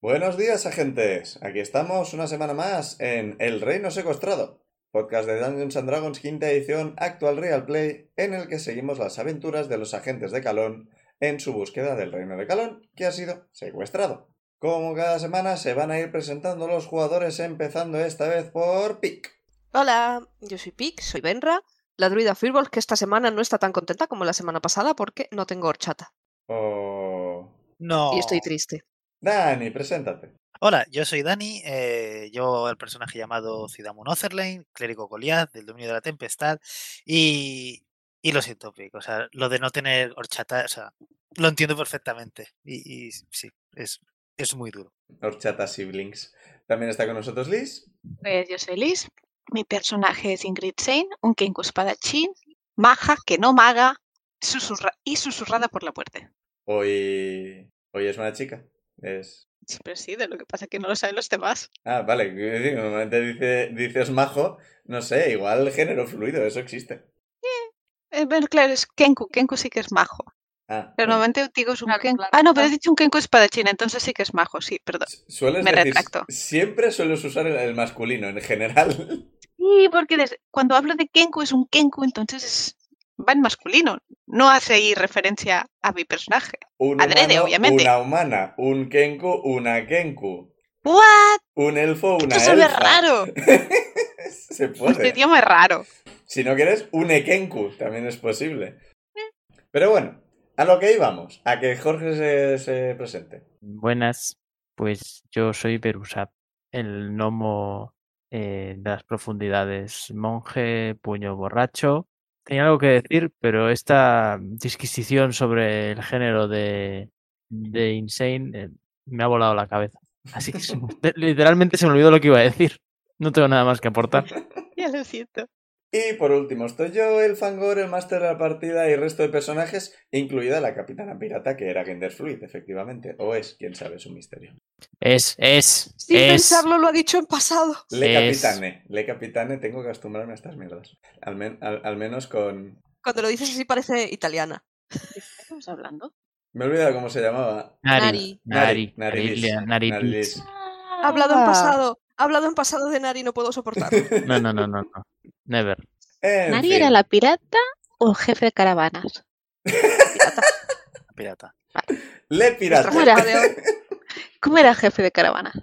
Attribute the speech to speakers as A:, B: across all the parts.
A: Buenos días, agentes. Aquí estamos una semana más en El Reino Secuestrado, podcast de Dungeons and Dragons quinta edición Actual Real Play, en el que seguimos las aventuras de los agentes de Calón en su búsqueda del reino de Calón, que ha sido secuestrado. Como cada semana se van a ir presentando los jugadores, empezando esta vez por Pic.
B: Hola, yo soy Pic, soy Benra, la druida Firbolg, que esta semana no está tan contenta como la semana pasada porque no tengo horchata
A: O...
C: No.
B: y
D: Oh.
B: estoy triste.
A: Dani, preséntate.
C: Hola, yo soy Dani, eh, yo el personaje llamado Cidamun Otherlane, clérigo Goliath del dominio de la tempestad y, y lo siento, Pic, o sea, lo de no tener horchata, o sea, lo entiendo perfectamente y, y sí, es, es muy duro.
A: Horchata Siblings. También está con nosotros Liz.
E: Pues yo soy Liz. Mi personaje es Ingrid Sein, un Kenku espadachín, maja que no maga susurra y susurrada por la puerta.
A: Hoy... Hoy es una chica. Es...
E: Siempre sí, de lo que pasa que no lo saben los demás.
A: Ah, vale. Normalmente dice, dices majo. No sé, igual género fluido, eso existe.
E: Eh, bueno, claro, es Kenku. Kenku sí que es majo.
A: Ah,
E: Pero
A: bueno.
E: normalmente digo es un
F: Claro,
E: Kenku.
F: claro,
E: ah, no, pero
F: claro.
E: has dicho un Kenku espadachín, entonces sí que es majo, sí, perdón.
A: Sueles
E: Me
A: decir,
E: retracto.
A: siempre sueles usar el, el masculino en general.
E: Sí, porque des- cuando hablo de Kenku es un Kenku, entonces es- va en masculino. No hace ahí referencia a mi personaje.
A: Un
E: Adrede,
A: humano,
E: obviamente.
A: una humana, un kenku, una kenku,
E: ¿What?
A: un elfo, una
E: Esto suena
A: elfa.
E: raro.
A: Se
E: Este
A: puede.
E: idioma es raro.
A: Si no quieres, un ekenku también es posible.
E: Eh.
A: Pero bueno, a lo que íbamos, a que Jorge se, se presente.
D: Buenas, pues yo soy Berusap, el gnomo eh, de las profundidades, monje, puño borracho. Tenía algo que decir, pero esta disquisición sobre el género de, de Insane eh, me ha volado la cabeza. Así que se- te- literalmente se me olvidó lo que iba a decir. No tengo nada más que aportar.
E: Ya lo siento.
A: Y por último, estoy yo, el Fangor, el máster de la partida y el resto de personajes, incluida la capitana pirata que era Gender Fluid, efectivamente. O es, quién sabe, es un misterio.
D: Es, es,
B: Sin
D: es.
B: pensarlo, lo ha dicho en pasado.
A: Le
D: Es-
A: capitane, le capitane, tengo que acostumbrarme a estas mierdas. Al, men- al- al menos con...
B: Cuando lo dices así parece italiana.
E: Estamos hablando.
A: Me he olvidado cómo se llamaba.
D: Nari,
A: Nari, Narilis,
D: Nari, Narilia, Nari
A: Narilis.
D: Pits.
B: Ha hablado
E: Ah.
B: en pasado, ha hablado en pasado de Nari, no puedo soportarlo.
D: No, no, no, no, no. Never.
A: En
F: ¿Nadie
A: fin.
F: era la pirata o el jefe de caravanas?
C: Pirata.
A: Le pirata.
B: Nuestra
F: Mira.
B: jefa de hoy,
F: ¿Cómo era el jefe de caravanas?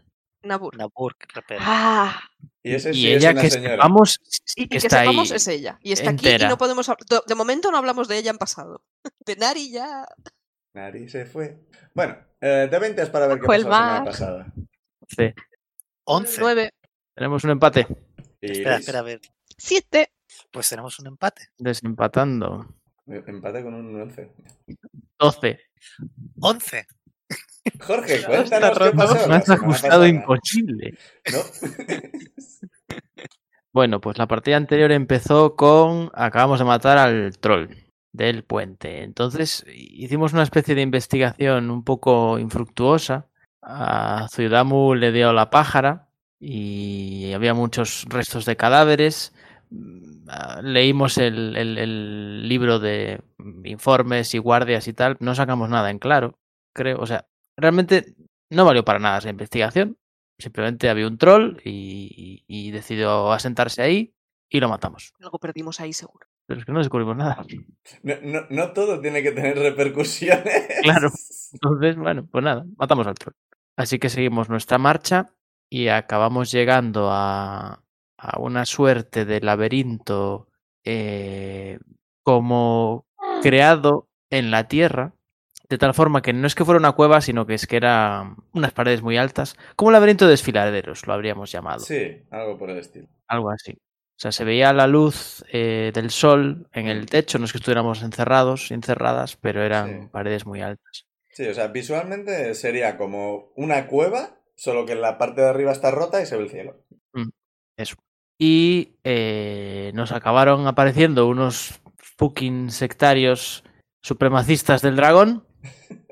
B: Nabur.
C: Naburk, Reper.
E: Ah,
A: Y ese
D: Y
A: sí
D: ella
A: es una
D: que
A: señora.
D: sepamos, sí
B: Y
D: que
B: que,
D: está ahí.
B: sepamos es ella. Y está aquí y
D: entera.
B: no podemos hab- de- De momento no hablamos de ella en pasado. De Nari ya.
A: Nari se fue. Bueno, eh, de 20 es para ver qué
F: Bajo el
A: pasó la semana
F: mar.
A: pasada.
D: Sí.
C: 11.
F: Nueve.
D: Tenemos un empate.
A: Y
C: Espera,
A: Liz,
C: espera, a ver.
E: siete.
C: Pues tenemos un empate.
D: Desempatando.
A: Empate con un 11.
D: 12.
C: 11.
A: Jorge,
E: Claro, está
A: cuéntanos qué
E: roto.
A: pasó.
D: Me
A: la
D: has
A: semana
D: ajustado
A: pasada.
D: imposible.
A: ¿No?
D: Bueno, pues la partida anterior empezó con acabamos de matar al troll del puente. Entonces hicimos una especie de investigación un poco infructuosa. A Zuidamu le dio la pájara y había muchos restos de cadáveres. Mm, ah, Leímos el, el- el libro de mm, informes y guardias y tal. No sacamos nada en claro, creo. O sea, realmente no valió para nada esa investigación. Simplemente había un troll y, y- y decidió asentarse ahí y lo matamos.
B: Algo perdimos ahí seguro.
D: Pero es que no descubrimos nada.
A: No, no- no todo tiene que tener repercusiones.
D: Claro. Entonces, bueno, pues nada, matamos al troll. Así que seguimos nuestra marcha y acabamos llegando a, a una suerte de laberinto eh, como creado en la tierra, de tal forma que no es que fuera una cueva, sino que es que eran unas paredes muy altas, como un laberinto de desfiladeros, lo habríamos llamado.
A: Sí, algo por el estilo.
D: algo así. O sea, se veía la luz eh, del sol en el techo, no es que estuviéramos encerrados, encerradas, pero eran
A: Sí.
D: paredes muy altas.
A: Sí, o sea, visualmente sería como una cueva, solo que la parte de arriba está rota y se ve el cielo.
D: Y eh, nos acabaron apareciendo unos fucking sectarios supremacistas del dragón.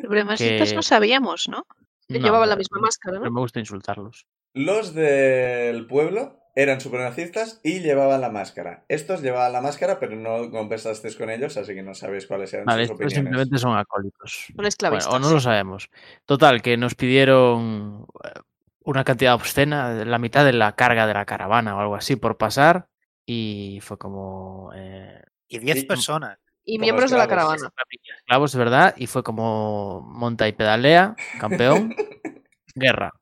E: Supremacistas no
D: Que-
E: sabíamos, ¿no?
B: Que
D: No,
B: llevaban la
D: no,
B: misma
D: no,
B: máscara,
D: no
B: ¿no?
D: me gusta insultarlos.
A: Los del pueblo eran supremacistas y llevaban la máscara. Estos llevaban la máscara, pero no conversasteis con ellos, así que no sabéis cuáles eran
D: Vale,
A: sus
D: estos
A: opiniones.
D: simplemente son acólitos.
B: Son
D: Bueno,
B: esclavistas.
D: o no lo sabemos. Total, que nos pidieron eh, una cantidad obscena, la mitad de la carga de la caravana o algo así por pasar. Y fue como. eh,
C: Y 10
A: Sí.
C: personas.
B: Y
A: como
B: miembros de la
A: esclavos.
B: caravana.
D: esclavos, de ¿verdad? Y fue como monta y pedalea, campeón, guerra.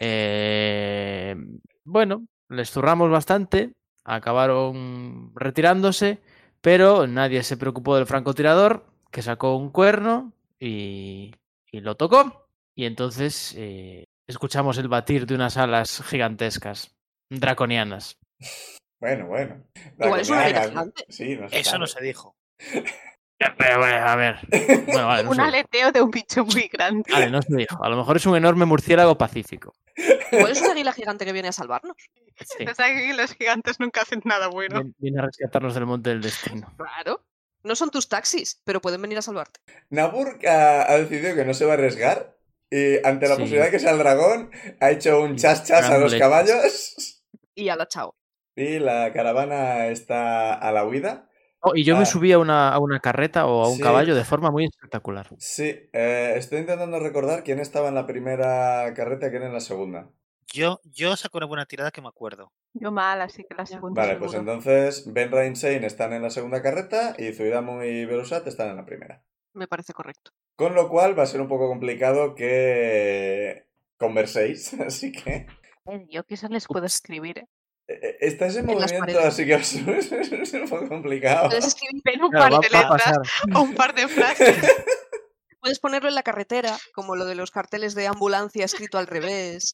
D: Eh, bueno, les zurramos bastante, acabaron retirándose, pero nadie se preocupó del francotirador, que sacó un cuerno y, y lo tocó. Y entonces eh, escuchamos el batir de unas alas gigantescas, draconianas.
A: Bueno, bueno.
B: Igual es una
A: Draconianas,
B: elefante.
A: Sí, no se
C: Eso
A: sabe.
C: no se dijo.
D: Pero, bueno, a ver. Bueno, vale, Ah, no
E: Un
D: sé.
E: aleteo de un bicho muy grande.
D: Vale, no se dijo. A lo mejor es un enorme murciélago pacífico.
B: Igual es un águila gigante que viene a salvarnos.
D: Sí,
E: Los águilas gigantes nunca hacen nada bueno.
D: vien- viene a rescatarnos del monte del destino.
B: Claro. No son tus taxis, pero pueden venir a salvarte.
A: Nabur ha, ha decidido que no se va a arriesgar y ante la
D: Sí.
A: posibilidad de que sea el dragón ha hecho un
D: Y
A: chas chas a
D: dando
A: los
D: leches.
A: caballos
B: Y a la chao.
A: y la caravana está a la huida.
D: Oh, y yo
A: Ah.
D: me subí a una, a una carreta o a un
A: Sí.
D: caballo de forma muy espectacular.
A: Sí, eh, estoy intentando recordar quién estaba en la primera carreta y quién en la segunda.
C: Yo, yo saco una buena tirada que me acuerdo.
E: Yo mal, así que la segunda
A: Vale,
E: seguro.
A: pues entonces Benra y Insane están en la segunda carreta y Zuidamu y Berusat están en la primera.
B: Me parece correcto.
A: Con lo cual va a ser un poco complicado que converséis, así que...
F: Eh, Yo quizás les puedo escribir. ¿eh?
A: eh, Está ese
B: las
A: movimiento,
B: paredes.
A: así que os- es un poco complicado.
B: Puedes, escribir-
E: Ven un
D: Claro,
E: par
D: va-
E: de
D: va a
E: letras
D: pasar.
E: o un par de frases.
B: puedes ponerlo en la carretera, como lo de los carteles de ambulancia escrito al revés.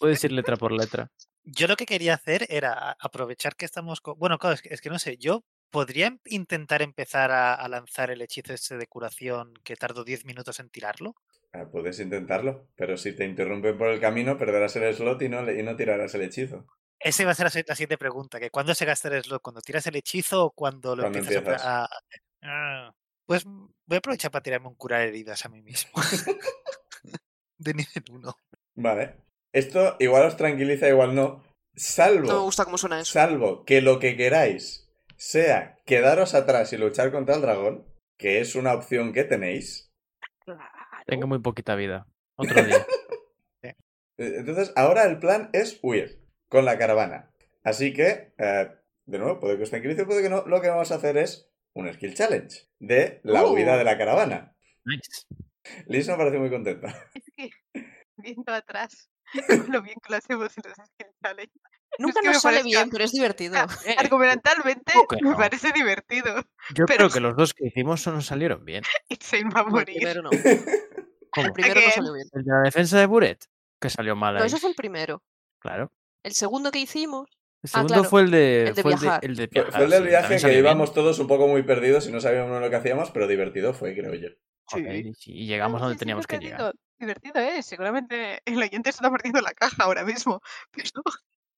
D: Puedes ir letra por letra.
C: Yo lo que quería hacer era a- aprovechar que estamos. co- Bueno, claro, es que, es que no sé. Yo podría em- intentar empezar a, a lanzar el hechizo ese de curación que tardo 10 minutos en tirarlo.
A: Ah, Puedes intentarlo, pero si te interrumpen por el camino perderás el slot y no, le- y no tirarás el hechizo.
C: Esa iba a ser la, si- la siguiente pregunta: que ¿cuándo se gasta el slot? ¿Cuando tiras el hechizo o cuando lo
A: Cuando
C: empiezas, a
A: empiezas.
C: pra- a- a- Ah, Pues mm, voy a aprovechar para tirarme un curar heridas a mí mismo. de nivel 1.
A: Vale. Esto igual os tranquiliza, igual no. Salvo...
B: No me gusta cómo suena eso.
A: Salvo que lo que queráis sea quedaros atrás y luchar contra el dragón, que es una opción que tenéis.
D: Tengo muy poquita vida. Otro día.
A: Eh, Entonces, ahora el plan es huir con la caravana. Así que, eh, de nuevo, puede que os tranquilice, puede que no. Lo que vamos a hacer es un skill challenge de la
B: Uh.
A: huida de la caravana.
D: Nice.
A: Liz no parece muy contenta.
E: Es que viendo atrás, con lo bien que lo hacemos en los skill challenge.
B: Nunca
E: que me
B: nos sale
E: parezca-
B: bien, pero es divertido.
E: Ah,
D: Eh,
E: Argumentalmente
D: ¿cómo que
E: me
D: no?
E: parece divertido.
D: Yo
E: pero-
D: creo que los dos que hicimos no nos salieron bien.
E: Insane va a
B: No, el
E: morir.
B: primero no.
D: ¿Cómo?
B: El primero no
E: Again.
B: salió bien.
D: El de la defensa de Buret, que salió mal
B: No,
D: ahí.
B: eso fue el primero.
D: Claro.
B: El segundo que hicimos,
D: El segundo
B: claro,
D: fue el de,
B: el de
D: fue
B: viajar.
D: El de,
A: Fue-
D: viajar,
A: Fue el del
D: ah, sí,
A: viaje
D: también
A: que
D: salió bien.
A: íbamos todos un poco muy perdidos y no sabíamos lo que hacíamos, pero divertido fue, creo yo.
D: Joder,
E: Sí.
D: Y y llegamos a donde teníamos que llegar.
E: Divertido, ¿eh? Seguramente el oyente se está partiendo la caja ahora mismo. Pero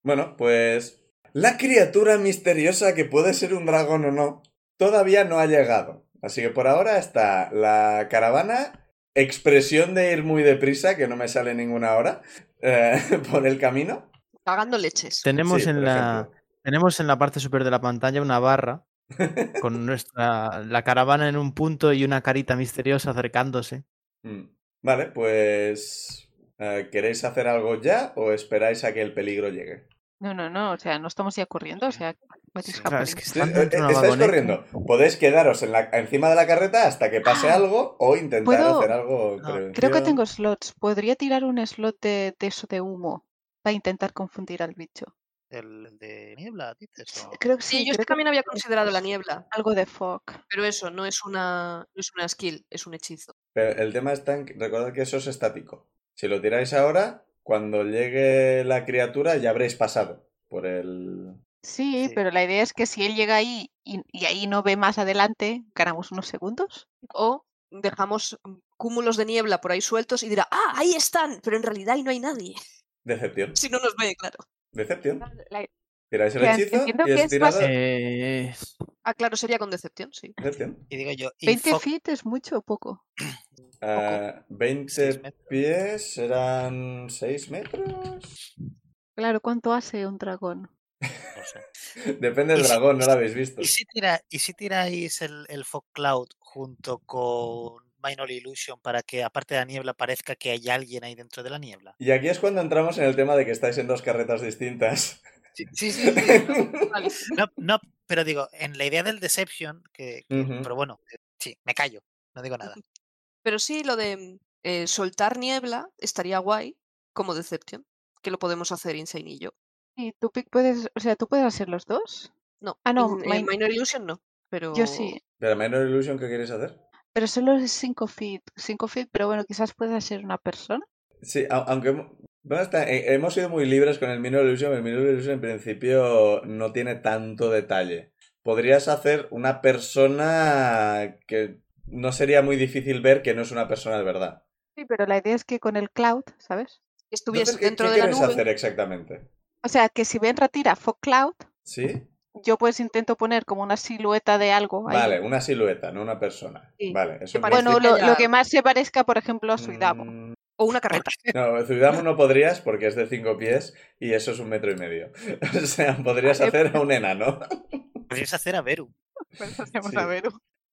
A: Bueno, pues la criatura misteriosa que puede ser un dragón o no, todavía no ha llegado. Así que por ahora está la caravana, expresión de ir muy deprisa, que no me sale ninguna hora, eh, por el camino.
B: cagando leches.
D: Tenemos
A: Sí,
D: en
A: por
D: la.
A: ejemplo.
D: Tenemos en la parte superior de la pantalla una barra con nuestra la caravana en un punto y una carita misteriosa acercándose.
A: Mm. Vale, pues... eh, ¿Queréis hacer algo ya o esperáis a que el peligro llegue?
E: No, no, no, o sea, no estamos ya corriendo, o sea, what is
C: Sí.
D: Claro, es
E: happening?
D: que
A: Sí,
D: están
A: eh,
D: dentro de
A: eh,
D: una
A: estáis
D: vagoneta.
A: corriendo. Podéis quedaros en la- encima de la carreta hasta que pase
E: Ah.
A: algo o intentar
E: ¿Puedo?
A: hacer algo.
C: No, creo
E: Creo que
A: preventivo.
E: tengo slots. Podría tirar un slot de, de eso de humo para intentar confundir al bicho.
C: El de niebla, dices. o-
E: Creo que
B: Sí, yo es
E: creo
B: que
E: que
B: también había
E: es
B: considerado la niebla,
E: algo de fog.
B: pero eso no es una, no es una skill, es un hechizo.
A: Pero el tema está en que recordad que eso es estático. Si lo tiráis ahora, cuando llegue la criatura ya habréis pasado por el,
E: Sí,
C: Sí.
E: pero la idea es que si él llega ahí y, y ahí no ve más adelante, ganamos unos segundos.
B: O dejamos mm, cúmulos de niebla por ahí sueltos y dirá, ah, ahí están, pero en realidad ahí no hay nadie.
A: Decepción.
B: Si no nos ve, claro.
A: Decepción.
F: La-
A: Tiráis el
F: Ya,
A: hechizo
F: entiendo
A: y
F: que
A: es
F: es
A: tirada-
F: más-
D: Eh,
B: Ah, claro, sería con decepción, sí.
A: Decepción.
C: Y digo yo,
E: 20
C: info-
E: feet es mucho o poco.
A: Ah, 20
C: Seis metros.
A: pies serán 6 metros.
E: Claro, ¿cuánto hace un dragón?
C: no sé.
A: Depende del
C: Y si-
A: dragón, no lo habéis visto.
C: ¿Y si, tira, ¿Y si tiráis el, el Fog Cloud junto con Minor Illusion para que aparte de la niebla parezca que hay alguien ahí dentro de la niebla?
A: Y aquí es cuando entramos en el tema de que estáis en dos carretas distintas.
C: Sí, sí, sí.
B: Vale.
C: No, no, pero digo, en la idea del Deception, que,
A: Ujú.
C: pero bueno, eh, sí, me callo, no digo nada.
B: Pero sí, lo de mm, eh, soltar niebla estaría guay como decepción, que lo podemos hacer Insane y yo.
E: Y tú Pic, puedes, o sea, tú puedes hacer los dos.
B: No,
E: Ah, no,
B: in- eh,
E: Min-
B: Minor Illusion no, pero...
E: Yo sí,
A: ¿De la menor illusion que queréis hacer?
E: pero solo es 5 feet, 5 feet, pero bueno, quizás pueda ser una persona.
A: Sí, au- aunque hemo- bueno, está- he- hemos sido muy libres con el Minor Illusion. El Minor Illusion en principio no tiene tanto detalle. Podrías hacer una persona que no sería muy difícil ver que no es una persona de verdad.
E: Sí, pero la idea es que con el cloud, ¿sabes?
B: Que estuviese
A: Entonces, ¿qué,
B: dentro
A: qué
B: de la
A: quieres
B: nube.
A: hacer exactamente?
E: O sea, que si Ben retira fog cloud,
A: ¿Sí?
E: yo pues intento poner como una silueta de algo ahí.
A: Vale, una silueta, no una persona.
B: Sí.
A: Vale, eso
B: Que
A: en
B: parece
E: Bueno,
B: que
E: lo,
B: haya-
E: lo que más se parezca, por ejemplo, a
A: principio-
E: Suidabo.
A: Mm,
B: O una carreta.
A: No, Zuidamu no podrías porque es de 5 pies y eso es un metro y medio. O sea, podrías
E: Vale.
A: hacer a un enano.
C: Podrías hacer a Veru.
A: Sí.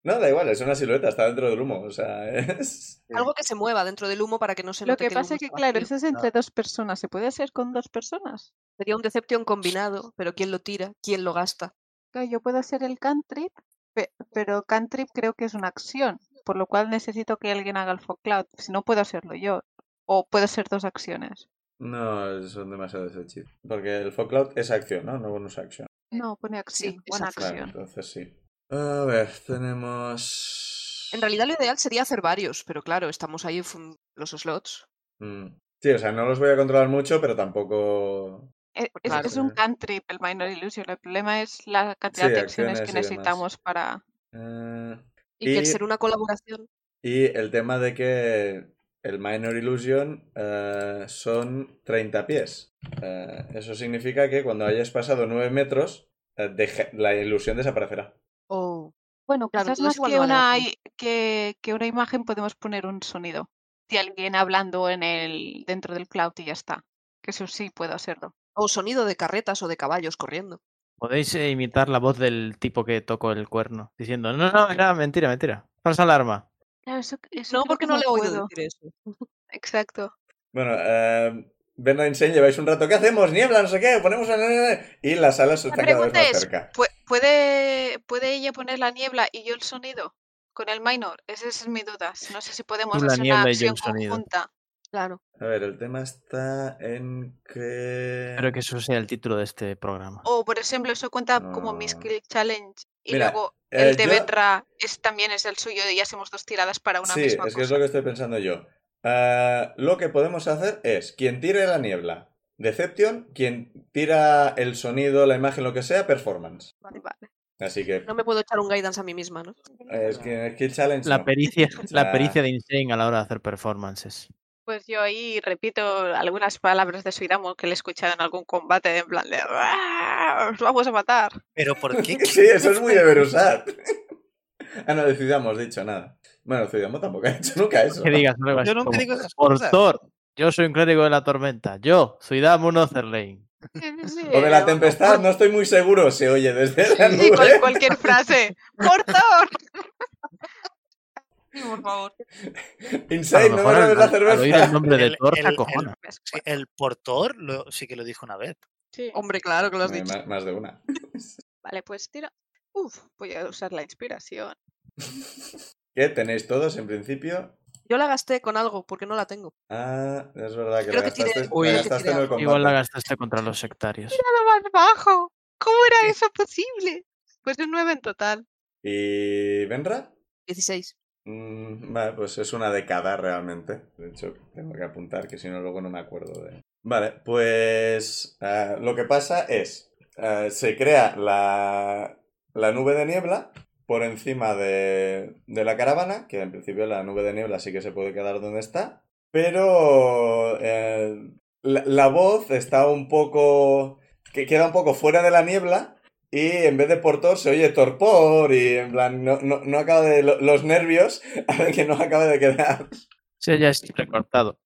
A: No, da igual, es una silueta, está dentro del humo. O sea, es.
B: Algo que se mueva dentro del humo para que no se
E: Lo
B: note
E: que
B: el humo
E: pasa es que,
B: está
E: claro,
B: vacío.
E: eso es entre dos personas. ¿Se puede hacer con dos personas?
B: Sería un deception combinado, pero ¿quién lo tira? ¿Quién lo gasta?
E: Claro, yo puedo hacer el cantrip, pe- pero cantrip creo que es una acción, por lo cual necesito que alguien haga el fog cloud. Si no, puedo hacerlo yo. O puedo hacer dos acciones.
A: No, son demasiados hechizos. Porque el Fog Cloud es acción, ¿no? No bonus action.
E: No, pone acción.
B: es
E: buena
B: acción.
A: Vale,
E: acción.
A: entonces sí. A ver, tenemos.
B: En realidad lo ideal sería hacer varios, pero claro, estamos ahí fum, los slots.
A: Mm. Sí, o sea, no los voy a controlar mucho, pero tampoco.
E: Eh, Es,
B: Claro.
E: es un cantrip, el minor illusion. El problema es la cantidad
A: Sí,
E: de acciones que
A: acciones y demás.
E: necesitamos para...
A: Eh,
B: Y, que
A: Y-
B: el ser una colaboración.
A: Y el tema de que el Minor Illusion eh, son 30 pies. Eh, eso significa que cuando hayas pasado 9 metros, eh, deje- la ilusión desaparecerá.
B: o
E: Bueno,
B: Claro,
E: quizás
B: entonces
E: más
B: igual
E: que
B: no vale la
E: una,
B: pena.
E: i- que, que una imagen podemos poner un sonido. De alguien hablando en el, dentro del cloud y ya está. Que eso sí puedo hacerlo.
B: o sonido de carretas o de caballos corriendo.
D: Podéis eh, imitar la voz del tipo que tocó el cuerno, diciendo, no, no, era mentira, mentira. Falsa alarma.
E: Claro, eso,
B: No, porque no le he oído decir eso.
E: Exacto.
A: Bueno, eh, Ben Rainsane, lleváis un rato. ¿Qué hacemos? ¿Niebla? No sé qué. Ponemos una... Y las alas están cada vez
E: pregunta
A: más
E: es,
A: cerca.
E: ¿Puede, ¿Puede ella poner la niebla y yo el sonido? Con el minor. Esa es mi duda. No sé si podemos
D: la
E: hacer una
D: niebla y yo el
E: acción
D: sonido.
E: conjunta.
B: Claro.
A: A ver, el tema está en que...
D: Espero que eso sea el título de este programa.
A: Oh,
E: O, por ejemplo, eso cuenta como mi
A: Ah.
E: skill challenge. Y
A: Mira,
E: luego
A: Eh,
E: el de
A: yo-
E: Benra es, también es el suyo y hacemos dos tiradas para una
A: Sí, es
E: misma
A: que es
E: cosa.
A: lo que estoy pensando yo. Ah, lo que podemos hacer es, quien tire la niebla, Deception, quien tira el sonido, la imagen, lo que sea, performance.
E: Vale, vale.
A: Así que
B: No me puedo echar un guidance a mí misma, ¿no?
A: eh, es que Skill Challenge
D: La
A: no.
D: pericia,
A: sea-
D: la pericia de Insane a la hora de hacer performances.
E: Pues yo ahí repito algunas palabras de Suidamo que le he escuchado en algún combate de en plan de "Rar, ¡Os vamos a matar!
C: Pero ¿por qué?
A: Sí, eso es muy de Verusat. ah, no, decidamos, dicho, nada. Bueno, decidamos tampoco ha hecho nunca eso.
D: Que digas algo así
C: Yo nunca
D: como,
C: digo esas
D: Por
C: cosas.
D: Thor, yo soy un clérigo de la tormenta. Yo soy Damun Otherlane.
A: O de la tempestad, no estoy muy seguro, se oye desde la
E: Sí, cual-
A: nube.
E: cualquier frase. ¡Por Thor! Sí, por favor.
D: A
A: Insane, no
D: lo
A: me
D: mejor al,
A: grabes la
D: al- al oír el
A: cerveza.
D: nombre de
C: El-
D: Thor se
C: el- el-
D: acojona.
C: Sí, El portor lo- sí que lo dijo una vez.
E: Sí.
B: Hombre, claro que lo has
A: Hay
B: dicho.
A: más- más de una.
E: Vale, pues tira. Uf, voy a usar la inspiración.
A: ¿Qué tenéis todos en principio?
B: Yo la gasté con algo porque no la tengo.
A: Ah, es verdad que
B: Creo
A: la
B: que tiré-
A: gastaste, la
D: Uy,
A: gastaste en el combate.
D: Igual la gastaste contra los sectarios.
E: ¡Nada más bajo! ¿Cómo
C: Sí.
E: era eso posible? Pues un 9 en total.
A: ¿Y Benra?
B: 16.
A: Mm, vale, pues es una década realmente. De hecho, tengo que apuntar que si no, luego no me acuerdo de. Vale, pues ah, lo que eh, pasa es. eh, se crea la, la nube de niebla por encima de, de la caravana, que en principio la nube de niebla sí que se puede quedar donde está, pero eh, la, la voz está un poco... que queda un poco fuera de la niebla y en vez de portor se oye torpor y en plan no, no, no acaba de... lo- los nervios hacen que no acabe de quedar.
D: Sí, ya estoy recortado.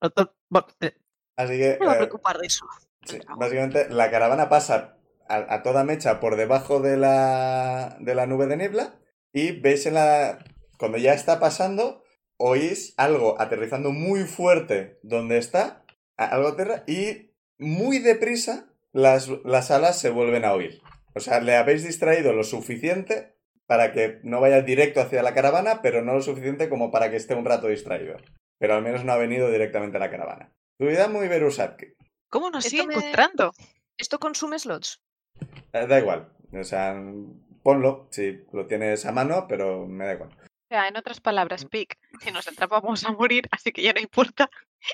D: eh,
A: Así que...
B: No me voy a
A: eh,
B: preocupar de eso.
A: Sí, básicamente la caravana pasa a, a toda mecha por debajo de la, de la nube de niebla y veis en la... Cuando ya está pasando, oís algo aterrizando muy fuerte donde está, a- algo tierra, y muy deprisa las, las alas se vuelven a oír. O sea, le habéis distraído lo suficiente para que no vaya directo hacia la caravana, pero no lo suficiente como para que esté un rato distraído. Pero al menos no ha venido directamente a la caravana. Cuidado muy Berusat,
F: ¿Cómo nos
E: Esto
F: sigue
B: me-
F: encontrando?
B: ¿Esto consume slots?
A: Eh, Da igual. O sea, ponlo si lo tienes a mano, pero me da igual.
E: O sea, en otras palabras, Pic, si nos atrapamos vamos a morir, así que ya no importa.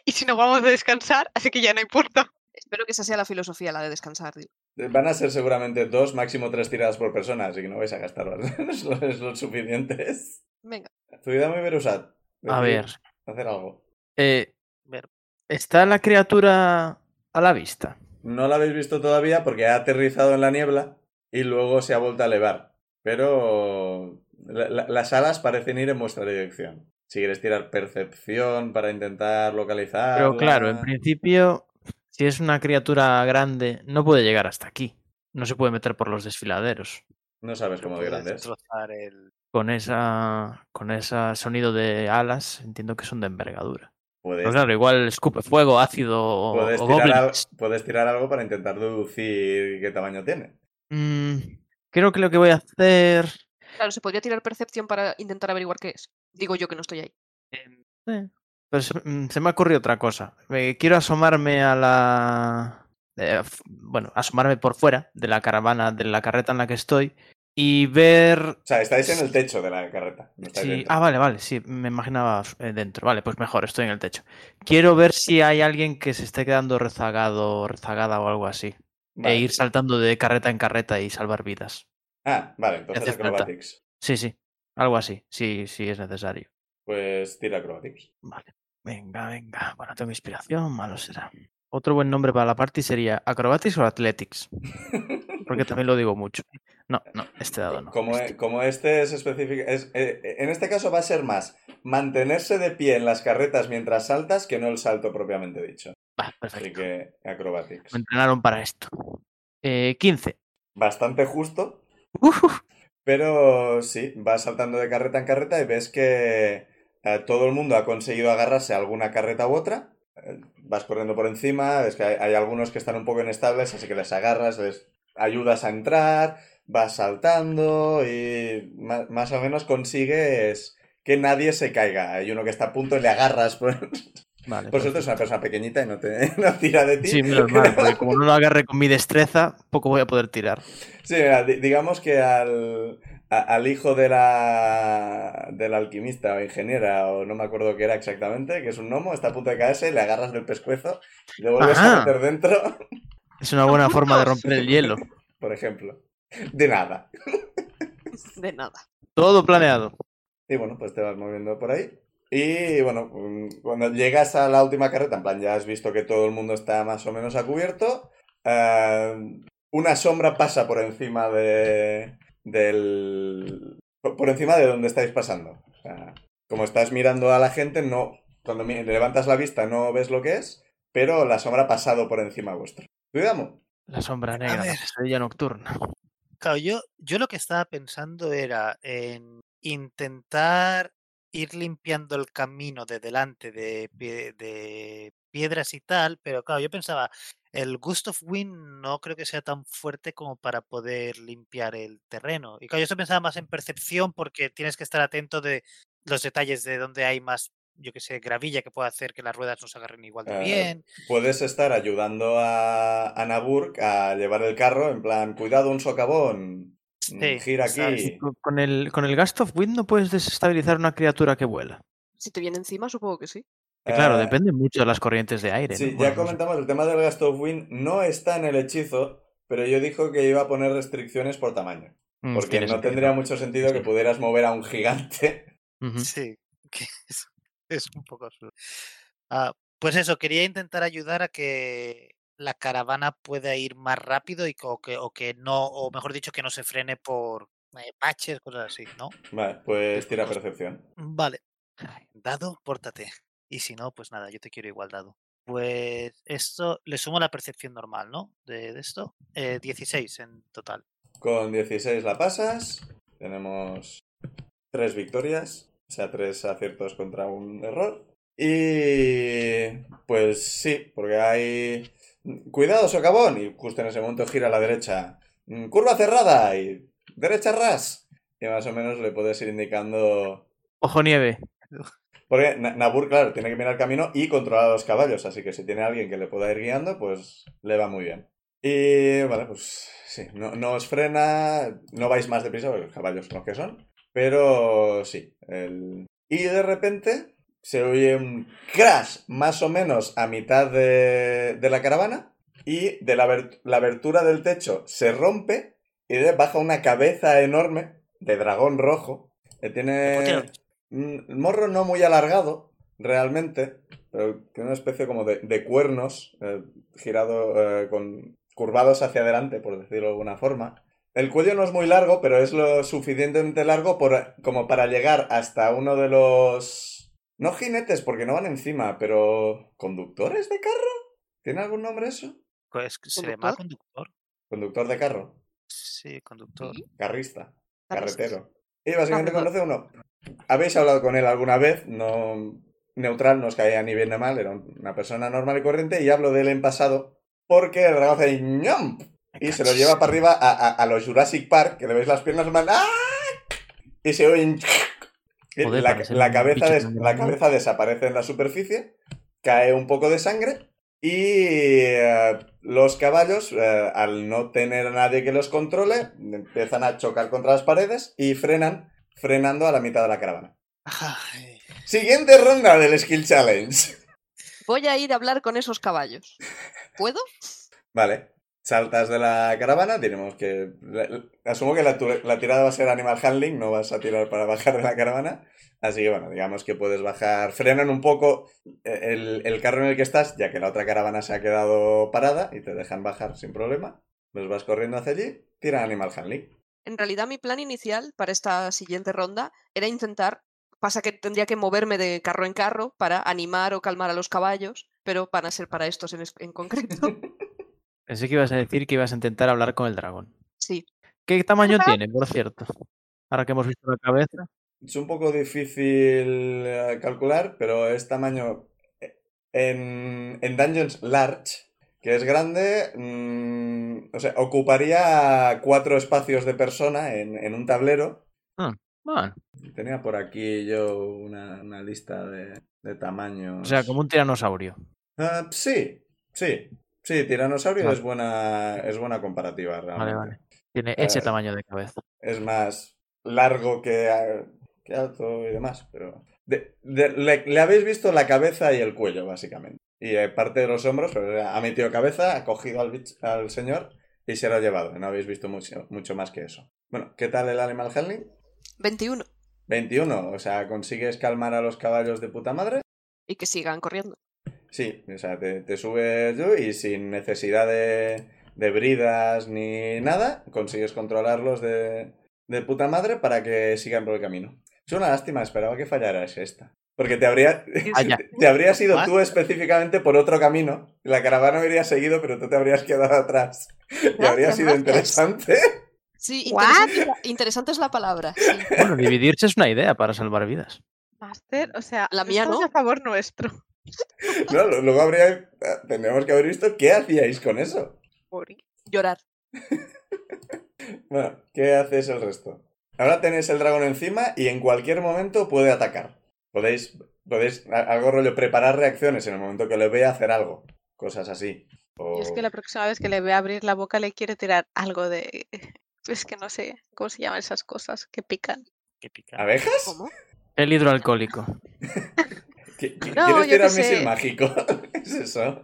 E: Y si nos vamos a descansar, así que ya no importa.
B: Espero que esa sea la filosofía, la de descansar. digo.
A: Eh, Van a ser seguramente dos, máximo tres tiradas por persona, así que no vais a gastar los, los- los suficientes.
B: Venga.
A: Zuidamo muy Berusat.
D: A
A: decid
D: ver.
A: Hacer algo.
D: eh,
C: Ver.
D: ¿Está la criatura a la vista?
A: No la habéis visto todavía porque ha aterrizado en la niebla y luego se ha vuelto a elevar. Pero la- la- las alas parecen ir en vuestra dirección. Si quieres tirar percepción para intentar localizar.
D: Pero claro, en principio, si es una criatura grande, no puede llegar hasta aquí. No se puede meter por los desfiladeros.
A: No
D: Pues
A: sabes cómo de
C: Puedes
A: grande es.
C: destrozar el-
D: Con esa, con ese sonido de alas, entiendo que son de envergadura.
A: Puedes
D: Pero claro, igual escupe fuego, ácido o,
A: Puedes
D: o
A: tirar, al-
D: goblins.
A: puedes tirar algo para intentar deducir qué tamaño tiene.
D: Mm, creo que lo que voy a hacer.
B: Claro, se podría tirar percepción para intentar averiguar qué es. Digo yo que no estoy ahí.
D: Eh, pero se, mm, se me ha ocurrido otra cosa. Eh, quiero asomarme a la. eh, f- bueno, asomarme por fuera de la caravana, de la carreta en la que estoy y ver.
A: O sea, estáis en el techo de la carreta. no estáis
D: si-
A: dentro.
D: Ah, vale, vale, sí, me imaginaba eh, dentro. Vale, pues mejor, estoy en el techo. Quiero ver si hay alguien que se esté quedando rezagado o rezagada o algo así.
A: Vale.
D: E ir saltando de carreta en carreta y salvar vidas.
A: Ah, vale, entonces
D: hace falta.
A: acrobatics.
D: Sí, sí, algo así, sí, sí es necesario.
A: Pues tira acrobatics.
D: Vale. Venga, venga. Bueno, tengo inspiración, malo será. Otro buen nombre para la party sería Acrobatics o Athletics, porque también lo digo mucho. No, no, este dado no.
A: como,
D: este.
A: como este es específico. es- eh, eh, en este caso va a ser más mantenerse de pie en las carretas mientras saltas que no el salto propiamente dicho.
D: Va,
A: Así
D: perfecto.
A: que acrobatics.
D: Me entrenaron para esto. Eh, 15.
A: Bastante justo,
D: Ujú.
A: Pero sí, vas saltando de carreta en carreta y ves que eh, todo el mundo ha conseguido agarrarse a alguna carreta u otra. Eh, vas corriendo por encima, ves que hay, hay algunos que están un poco inestables, así que les agarras, les ayudas a entrar, vas saltando y ma- más, o menos consigues que nadie se caiga. Hay uno que está a punto y le agarras. Por,
D: Vale.
A: por suerte Pues es una
D: perfecto.
A: persona pequeñita y no, te, no tira de ti.
D: Sí, menos mal, porque como no lo agarre con mi destreza, poco voy a poder tirar.
A: Sí, mira, di- digamos que al, a- al hijo de la, del alquimista o ingeniera, o no me acuerdo qué era exactamente, que es un gnomo, está a punto de caerse, le agarras del pescuezo, le vuelves a
D: Ajá.
A: meter dentro,
D: Es una buena forma de romper el hielo.
A: por ejemplo. De nada.
B: De nada.
D: Todo planeado.
A: Y bueno, pues te vas moviendo por ahí. Y bueno, mm, cuando llegas a la última carreta, en plan, ya has visto que todo el mundo está más o menos a cubierto. eh, una sombra pasa por encima de. del. por por encima de donde estáis pasando. O sea, como estás mirando a la gente, no. Cuando mi- levantas la vista no ves lo que es, pero la sombra ha pasado por encima vuestro. Cuidamos.
D: La sombra negra, la
C: ver.
D: pesadilla nocturna.
C: Claro, yo, yo lo que estaba pensando era en intentar ir limpiando el camino de delante de, pie- de piedras y tal, pero claro, yo pensaba, el Gust of Wind no creo que sea tan fuerte como para poder limpiar el terreno. Y claro, yo eso pensaba más en percepción porque tienes que estar atento de los detalles de dónde hay más, yo que sé, gravilla que pueda hacer que las ruedas no se agarren igual de
A: Eh,
C: bien.
A: Puedes estar ayudando a, a Naburk a llevar el carro, en plan, cuidado, un socavón. mm,
C: Sí,
A: Gira
C: ¿sabes?
A: aquí.
D: Con- Con el, con el Gast of Wind no puedes desestabilizar una criatura que vuela.
B: Si te viene encima, supongo que sí.
D: Que Claro,
A: Eh,
D: depende mucho de las corrientes de aire.
A: Sí,
D: ¿no?
A: ya
D: Bueno, no sé.
A: comentamos, el tema del gasto of wind no está en el hechizo, Pero yo dijo que iba a poner restricciones por tamaño.
D: Mm,
A: Porque
D: tiene
A: no
D: sentido.
A: tendría mucho sentido que
D: Sí.
A: pudieras mover a un gigante.
D: Ujú.
C: Sí, que es, es un poco absurdo. Ah, pues eso, quería intentar ayudar a que la caravana pueda ir más rápido y co- o que, o que no, o mejor dicho, que no se frene por eh, baches, cosas así, ¿no?
A: Vale, pues tira percepción.
C: Vale. Dado, pórtate. Y si no, pues nada, yo te quiero igual dado. Pues esto, le sumo la percepción normal, ¿no? De, de esto. Eh, 16 en total.
A: Con 16 la pasas. Tenemos tres victorias. O sea, tres aciertos contra un error. Y. Pues sí, porque hay. Cuidado, socavón. Y justo en ese momento gira a la derecha. Mm, Curva cerrada y. Derecha ras. Y más o menos le puedes ir indicando.
D: Ojo nieve.
A: Porque Na- Nabur, claro, tiene que mirar el camino y controlar a los caballos. Así que si tiene alguien que le pueda ir guiando, pues le va muy bien. Y vale, pues sí, no, no os frena, no vais más deprisa porque los caballos son los que son, pero sí. el- Y de repente se oye un crash más o menos a mitad de, de la caravana y de la, abert- la abertura del techo se rompe y de- baja una cabeza enorme de dragón rojo que tiene
C: Escucha.
A: un morro no muy alargado realmente, pero tiene una especie como de, de cuernos eh, girado eh, con curvados hacia adelante, por decirlo de alguna forma. El cuello no es muy largo, pero es lo suficientemente largo por- como para llegar hasta uno de los... No jinetes, porque no van encima, pero... ¿Conductores de carro? ¿Tiene algún nombre eso?
C: Pues, ¿Se le llama conductor?
A: Conductor de carro.
C: Sí, conductor.
A: Carrista.
B: Carrista.
A: Carretero. Y básicamente
B: Ah,
A: conoce uno. Habéis hablado con él alguna vez, no neutral, no os caía ni bien ni mal, era una persona normal y corriente, y hablo de él en pasado, porque el dragón hace ñom y se lo lleva para arriba a, a- a los Jurassic Park, que le veis las piernas van ¡ah! y se oyen y
D: Joder,
A: la,
D: parece
A: la
D: un
A: cabeza
D: bicho
A: des-
D: tan
A: la
D: grande.
A: cabeza desaparece en la superficie, cae un poco de sangre y eh, los caballos, eh, al no tener a nadie que los controle, empiezan a chocar contra las paredes y frenan, frenando a la mitad de la caravana.
C: Ay,
A: Siguiente ronda del Skill Challenge.
B: Voy a ir a hablar con esos caballos. ¿Puedo?
A: Vale. Saltas de la caravana, tenemos que... la- la- Asumo que la, tu- la tirada va a ser animal handling, no vas a tirar para bajar de la caravana. Así que bueno, digamos que puedes bajar, frenan un poco eh, el, el carro en el que estás, ya que la otra caravana se ha quedado parada y te dejan bajar sin problema. Los vas corriendo hacia allí, tira animal handling.
B: En realidad mi plan inicial para esta siguiente ronda era intentar, pasa que tendría que moverme de carro en carro para animar o calmar a los caballos, pero van a ser para estos en, es- en concreto.
D: Pensé que ibas a decir que ibas a intentar hablar con el dragón.
B: Sí,
D: ¿Qué tamaño
E: Ajá.
D: tiene, por cierto? Ahora que hemos visto la cabeza.
A: Es un poco difícil eh, calcular, pero es tamaño eh, en, en Dungeons Large, que es grande, mm, o sea, ocuparía cuatro espacios de persona en, en un tablero.
D: Bueno,
A: Tenía por aquí yo una, una lista de, de tamaños.
D: o sea, como un tiranosaurio.
A: Ah, sí, sí, sí, tiranosaurio
D: Vale.
A: es buena es buena comparativa realmente.
D: vale. Tiene ese
A: Eh,
D: tamaño de cabeza.
A: es más largo que, eh, que alto y demás, pero... de- de- le, le habéis visto la cabeza y el cuello, básicamente. Y eh, parte de los hombros, pero ha metido cabeza, ha cogido al, bich- al señor y se lo ha llevado. No habéis visto mucho, mucho más que eso. Bueno, ¿qué tal el Animal Handling?
B: 21.
A: 21, o sea, ¿consigues calmar a los caballos de puta madre?
B: Y que sigan corriendo.
A: Sí, o sea, te, te subes yo y sin necesidad de, de bridas ni nada, consigues controlarlos de, de puta madre para que sigan por el camino. Es una lástima, esperaba que fallaras esta. Porque te habría,
D: Vaya.
A: te habrías ido
C: What?
A: tú específicamente por otro camino. La caravana habría seguido, pero tú te habrías quedado atrás. Y habría
B: Gracias,
A: sido
B: gracias.
A: interesante.
B: Sí,
E: ¿What?
B: interesante, es la- interesante es la palabra. sí.
D: Bueno, dividirse es una idea para salvar vidas.
E: Máster, o sea,
B: La mía
E: estamos
B: no.
E: a favor nuestro.
A: No, lo- luego habría, ah, tendríamos que haber visto qué hacíais con eso.
E: Ori.
B: Llorar.
A: Bueno, ¿qué haces el resto? Ahora tenéis el dragón encima y en cualquier momento puede atacar. Podéis, podéis a- algo rollo, preparar reacciones en el momento que le vea hacer algo. Cosas así. O-
E: Yo es que la próxima vez que le vea abrir la boca le quiero tirar algo de... Es que no sé cómo se llaman esas cosas que pican.
C: qué pica.
A: ¿Abejas?
B: ¿Cómo?
D: El hidroalcohólico.
A: ¿Qui- qui-
E: No,
A: ¿Quieres
E: yo qué
A: tirar misil
E: sé.
A: mágico? ¿Es eso?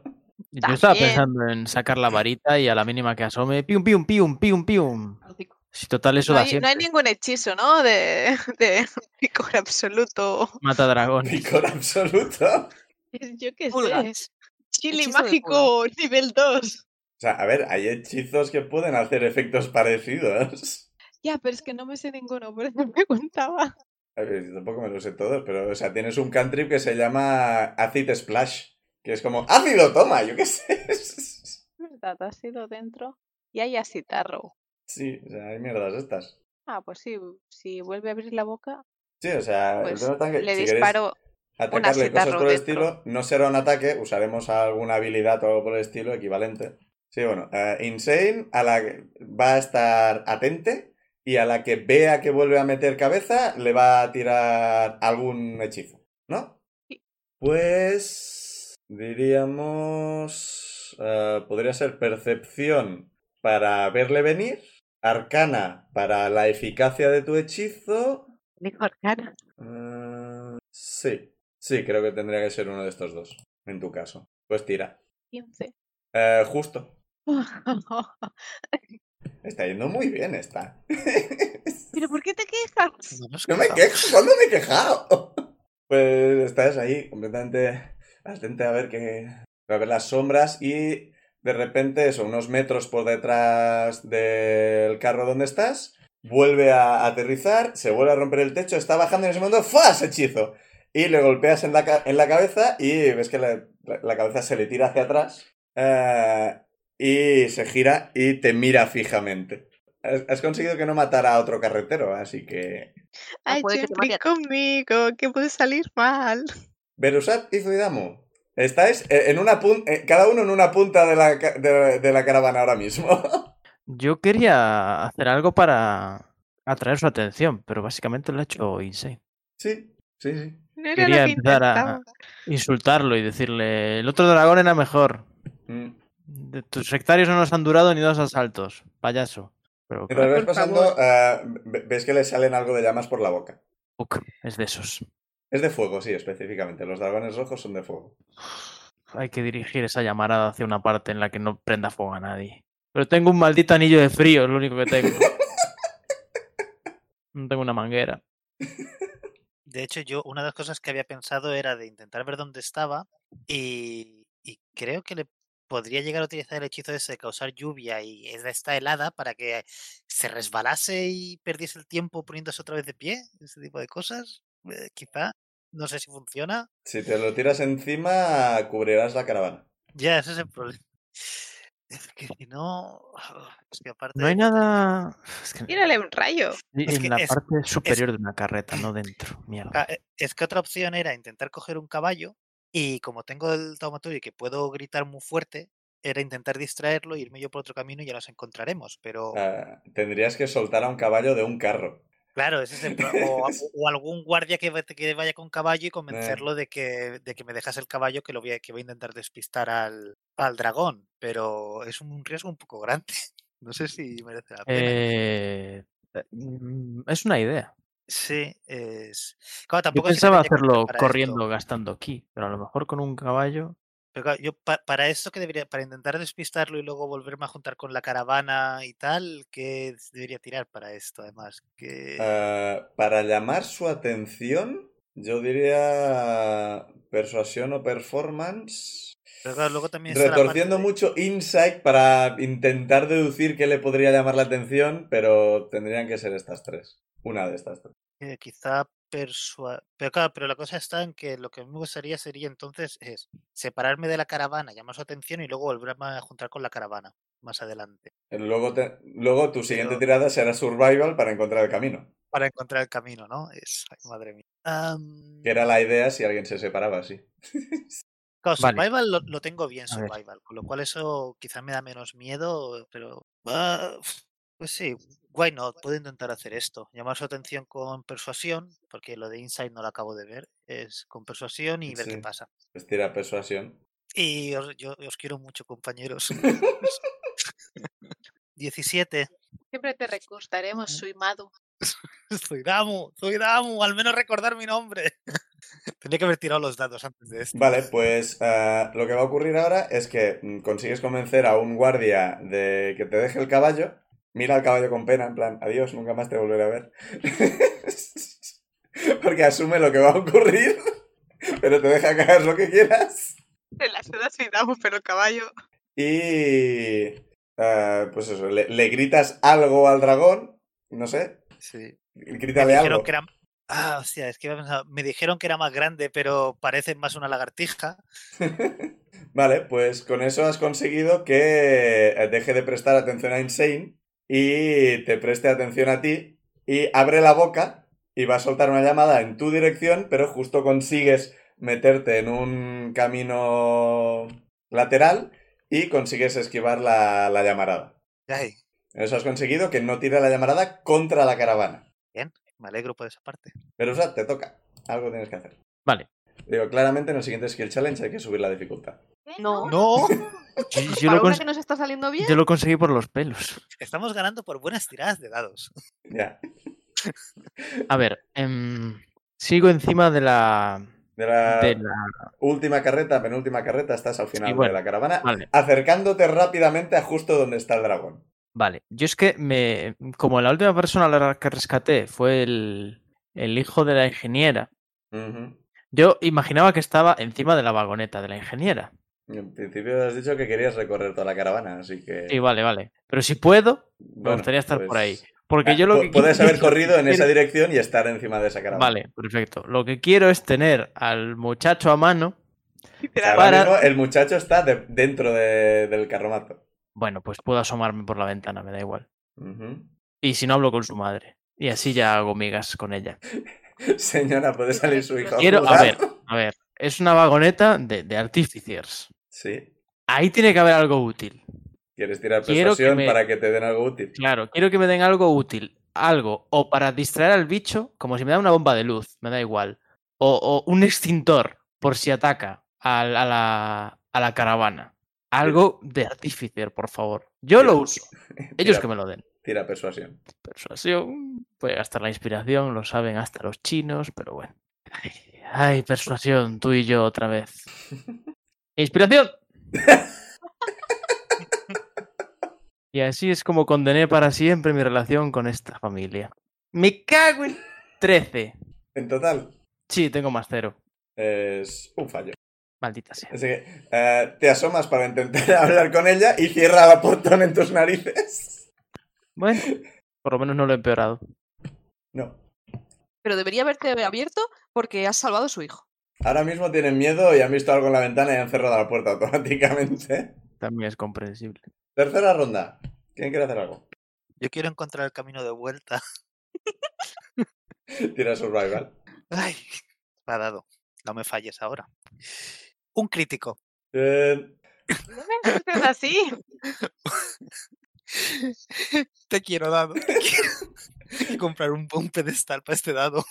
D: Y Yo estaba
E: También.
D: pensando en sacar la varita y a la mínima que asome, pium, pium, pium, pium, pium. Si total eso
E: No
D: da
E: hay, no
D: siempre.
E: hay ningún hechizo, ¿no? De, de picor absoluto.
D: Mata dragones.
A: Picor absoluto. O
E: Yo qué
B: Pulga.
E: sé. Chili
B: Hechizo de
E: mágico nivel 2.
A: sea, a ver, hay hechizos que pueden hacer efectos parecidos.
E: Ya, pero es que no me sé ninguno, por eso me preguntaba.
A: A ver, yo tampoco me lo sé todos, pero, o sea, tienes un cantrip que se llama Acid Splash, que es como ácido, toma, yo qué sé.
E: ¿Verdad? Ha sido dentro. Y hay acitarro.
A: Sí, o sea, hay mierdas estas.
E: Ah, pues sí, si vuelve a abrir la boca,
A: Sí, o sea, el
E: pues
A: tema está en que
E: le
A: si queréis
E: disparo.
A: atacarle cosas
E: acetato
A: por el
E: dentro.
A: estilo, no será un ataque, usaremos alguna habilidad o algo por el estilo equivalente. Sí, bueno, eh, Insane a la que va a estar atente y a la que vea que vuelve a meter cabeza le va a tirar algún hechizo, ¿no?
E: Sí.
A: Pues diríamos, eh, podría ser percepción para verle venir, arcana para la eficacia de tu hechizo
F: Dijo Arcana.
A: Ah, sí, sí, creo que tendría que ser uno de estos dos, en tu caso. Pues tira.
E: 15.
A: Eh, justo. Está yendo muy bien esta.
E: ¿Pero por qué te quejas?
A: No me quejo, ¿cuándo me he quejado? Pues estás ahí completamente atento a ver que a ver las sombras y de repente eso, unos metros por detrás del carro donde estás, vuelve a aterrizar, se vuelve a romper el techo, está bajando en ese momento, ¡fas! hechizo. Y le golpeas en la, ca- en la cabeza y ves que la, la cabeza se le tira hacia atrás eh, y se gira y te mira fijamente. Has, has conseguido que no matara a otro carretero, así que
E: Ay,
B: puede que te
E: siempre
B: mate a ti.
E: conmigo, que puede salir mal.
A: Berusat y Zuidamu, estáis eh, en una pun- eh, cada uno en una punta de la, ca- de, de la caravana ahora mismo.
D: Yo quería hacer algo para atraer su atención, pero básicamente lo ha hecho Insane.
A: sí, sí, sí.
E: No era
D: Quería
E: lo que
D: empezar a-
E: intentaba.
D: Insultarlo y decirle, el otro dragón era mejor.
A: Mm.
D: De tus sectarios no nos han durado ni dos asaltos, payaso. Pero
A: Mientras vais
D: claro,
A: pasando, eh, ve- veis que le salen algo de llamas por la boca.
D: Puck es de esos.
A: Es de fuego, sí, específicamente. Los dragones rojos son de fuego.
D: Hay que dirigir esa llamarada hacia una parte en la que no prenda fuego a nadie. Pero tengo un maldito anillo de frío, es lo único que tengo. No tengo una manguera.
C: De hecho, yo una de las cosas que había pensado era de intentar ver dónde estaba y, y creo que le podría llegar a utilizar el hechizo ese de causar lluvia y es- esta helada para que se resbalase y perdiese el tiempo poniéndose otra vez de pie, ese tipo de cosas. eh, quizá, no sé si funciona.
A: Si te lo tiras encima, cubrirás la caravana.
C: Ya, ese es el problema. Es que si no, ah, es que aparte
D: No hay
C: de-
D: nada. Es que
E: Tírale un rayo.
D: en
C: es que
D: la
C: es-
D: parte superior de una carreta, no dentro. Mierda.
C: Ah, eh, Es que otra opción era intentar coger un caballo y como tengo el taumaturgo y que puedo gritar muy fuerte, era intentar distraerlo, e irme yo por otro camino y ya nos encontraremos. Pero
A: Ah, tendrías que soltar a un caballo de un carro.
C: claro, ese es el pro- o, a- o algún guardia que, vete- que vaya con caballo y
D: Ah.
C: convencerlo de que, de que me dejas el caballo que lo voy a, que voy a intentar despistar al, al dragón. Pero es un riesgo un poco grande. No sé si merece la pena.
D: Eh, eh, mm, es una idea.
C: Sí, es... Claro,
D: Yo
C: tampoco es que
D: pensaba
C: tenga que hacer
D: hacerlo
C: para esto.
D: corriendo, gastando aquí, pero a lo mejor con un caballo.
C: Pero claro, yo pa- para esto que debería, para intentar despistarlo y luego volverme a juntar con la caravana y tal, ¿qué debería tirar para esto además? Que
A: Ah, para llamar su atención, yo diría persuasión o performance.
C: pero claro, luego también está la parte
A: Retorciendo
C: de-
A: mucho insight para intentar deducir qué le podría llamar la atención, pero tendrían que ser estas tres. Una de estas tres.
C: que quizá persua... Pero claro, pero la cosa está en que lo que a mí me gustaría sería entonces es separarme de la caravana, llamar su atención y luego volverme a juntar con la caravana más adelante
A: Luego, te- luego tu siguiente
C: Pero-
A: tirada será survival para encontrar el camino.
C: para encontrar el camino, ¿no? Es... ay, madre mía. Am,
A: Que era la idea si alguien se separaba, sí.
C: Claro,
D: Vale.
C: Survival lo, lo tengo bien,
D: A ver.
C: Survival, con lo cual eso quizá me da menos miedo, pero... ah, pues sí, why not, puedo intentar hacer esto. Llamar su atención con persuasión, porque lo de Insight no lo acabo de ver, es con persuasión y ver qué
A: Sí.
C: pasa.
A: Pues tira persuasión.
C: Y os, yo os quiero mucho, compañeros. 17.
E: Siempre te recostaremos, Suimadu.
C: Soy Damu, soy Damu, al menos recordar mi nombre. Tendría que haber tirado los dados antes de esto.
A: Vale, pues eh, lo que va a ocurrir ahora es que mm, consigues convencer a un guardia de que te deje el caballo. Mira al caballo con pena, en plan, adiós, nunca más te volveré a ver. Porque asume lo que va a ocurrir, pero te deja caer lo que quieras.
E: En la ciudad soy Davo, pero caballo.
A: Y... eh, pues eso, le, le gritas algo al dragón, no sé,
C: Sí. Me
A: grítale algo.
C: dijeron que era... Ah, hostia, es que iba a pensar- me dijeron que era más grande, pero parece más una lagartija.
A: Vale, pues con eso has conseguido que eh, deje de prestar atención a Insane y te preste atención a ti y abre la boca y va a soltar una llamada en tu dirección, pero justo consigues meterte en un camino lateral y consigues esquivar la, la llamarada.
C: Ay,
A: Eso has conseguido que no tire la llamarada contra la caravana.
C: me alegro por esa parte.
A: Pero o sea, te toca. Algo tienes que hacer.
D: Vale.
A: Digo, claramente en el siguiente skill challenge hay que subir la dificultad.
E: ¿Eh?
B: No,
C: ¡No!
D: Yo, yo
B: para una
D: lo cons-
B: que nos está saliendo bien.
D: yo lo conseguí por los pelos.
C: Estamos ganando por buenas tiradas de dados.
A: Ya.
D: A ver, em, sigo encima de la,
A: De
C: Ah.
A: la-
D: de la-
A: Última carreta, penúltima carreta, estás al final
D: Sí, bueno,
A: de la caravana,
D: Vale,
A: acercándote rápidamente a justo donde está el dragón.
D: vale. Yo es que me. Como la última persona a la que rescaté fue el, el hijo de la ingeniera,
A: Ujú.
D: yo imaginaba que estaba encima de la vagoneta de la ingeniera.
A: En principio has dicho que querías recorrer toda la caravana, así que...
D: Sí, vale, vale. Pero si puedo,
A: bueno,
D: gustaría estar por ahí.
A: Ah,
D: porque yo lo
A: pu-
D: que.
A: Puedes
D: quiero-
A: haber corrido en esa dirección y estar encima de esa caravana.
D: Vale, perfecto. Lo que quiero es tener al muchacho a mano.
A: O sea,
E: Literal.
A: ahora
D: Para-
A: mismo el muchacho está de- dentro de- del carromato.
D: Bueno, pues puedo asomarme por la ventana, me da igual.
A: Ujú.
D: Y si no, hablo con su madre. Y así ya hago migas con ella.
A: Señora, puede salir su hijo.
D: Quiero, a
A: jugar?
D: ver, a ver. Es una vagoneta de, de artificers.
A: Sí.
D: Ahí tiene que haber algo útil.
A: ¿Quieres tirar
D: Quiero que
A: persuasión
D: me-
A: para que te den algo útil?
D: Claro, quiero que me den algo útil. Algo. O para distraer al bicho, como si me da una bomba de luz, me da igual. O, o un extintor, por si ataca al- a, la, a la caravana. Algo de artificer, por favor. Yo lo uso. Ellos
A: Tira-
D: que me lo den.
A: Tira persuasión.
D: Persuasión. Puede gastar la inspiración, lo saben hasta los chinos, pero bueno. Ay, ay, persuasión, tú y yo otra vez. ¡Inspiración! y así es como condené para siempre mi relación con esta familia. ¡Me cago en 13!
A: En total,
D: Sí, tengo más cero.
A: es un fallo.
D: Maldita sea.
A: Así que eh, te asomas para intentar hablar con ella y cierra la portón en tus narices.
D: Bueno, por lo menos no lo he empeorado.
A: No.
B: Pero debería haberte abierto porque has salvado a su hijo.
A: Ahora mismo tienen miedo y han visto algo en la ventana y han cerrado la puerta automáticamente.
D: También es comprensible.
A: Tercera ronda. ¿Quién quiere hacer algo?
C: Yo quiero encontrar el camino de vuelta.
A: Tira survival.
C: Ay, me ha dado. No me falles ahora. Un crítico.
A: Eh,
E: No me dices así.
C: Te quiero, dado. te quiero. Hay que comprar un, un pedestal para este dado.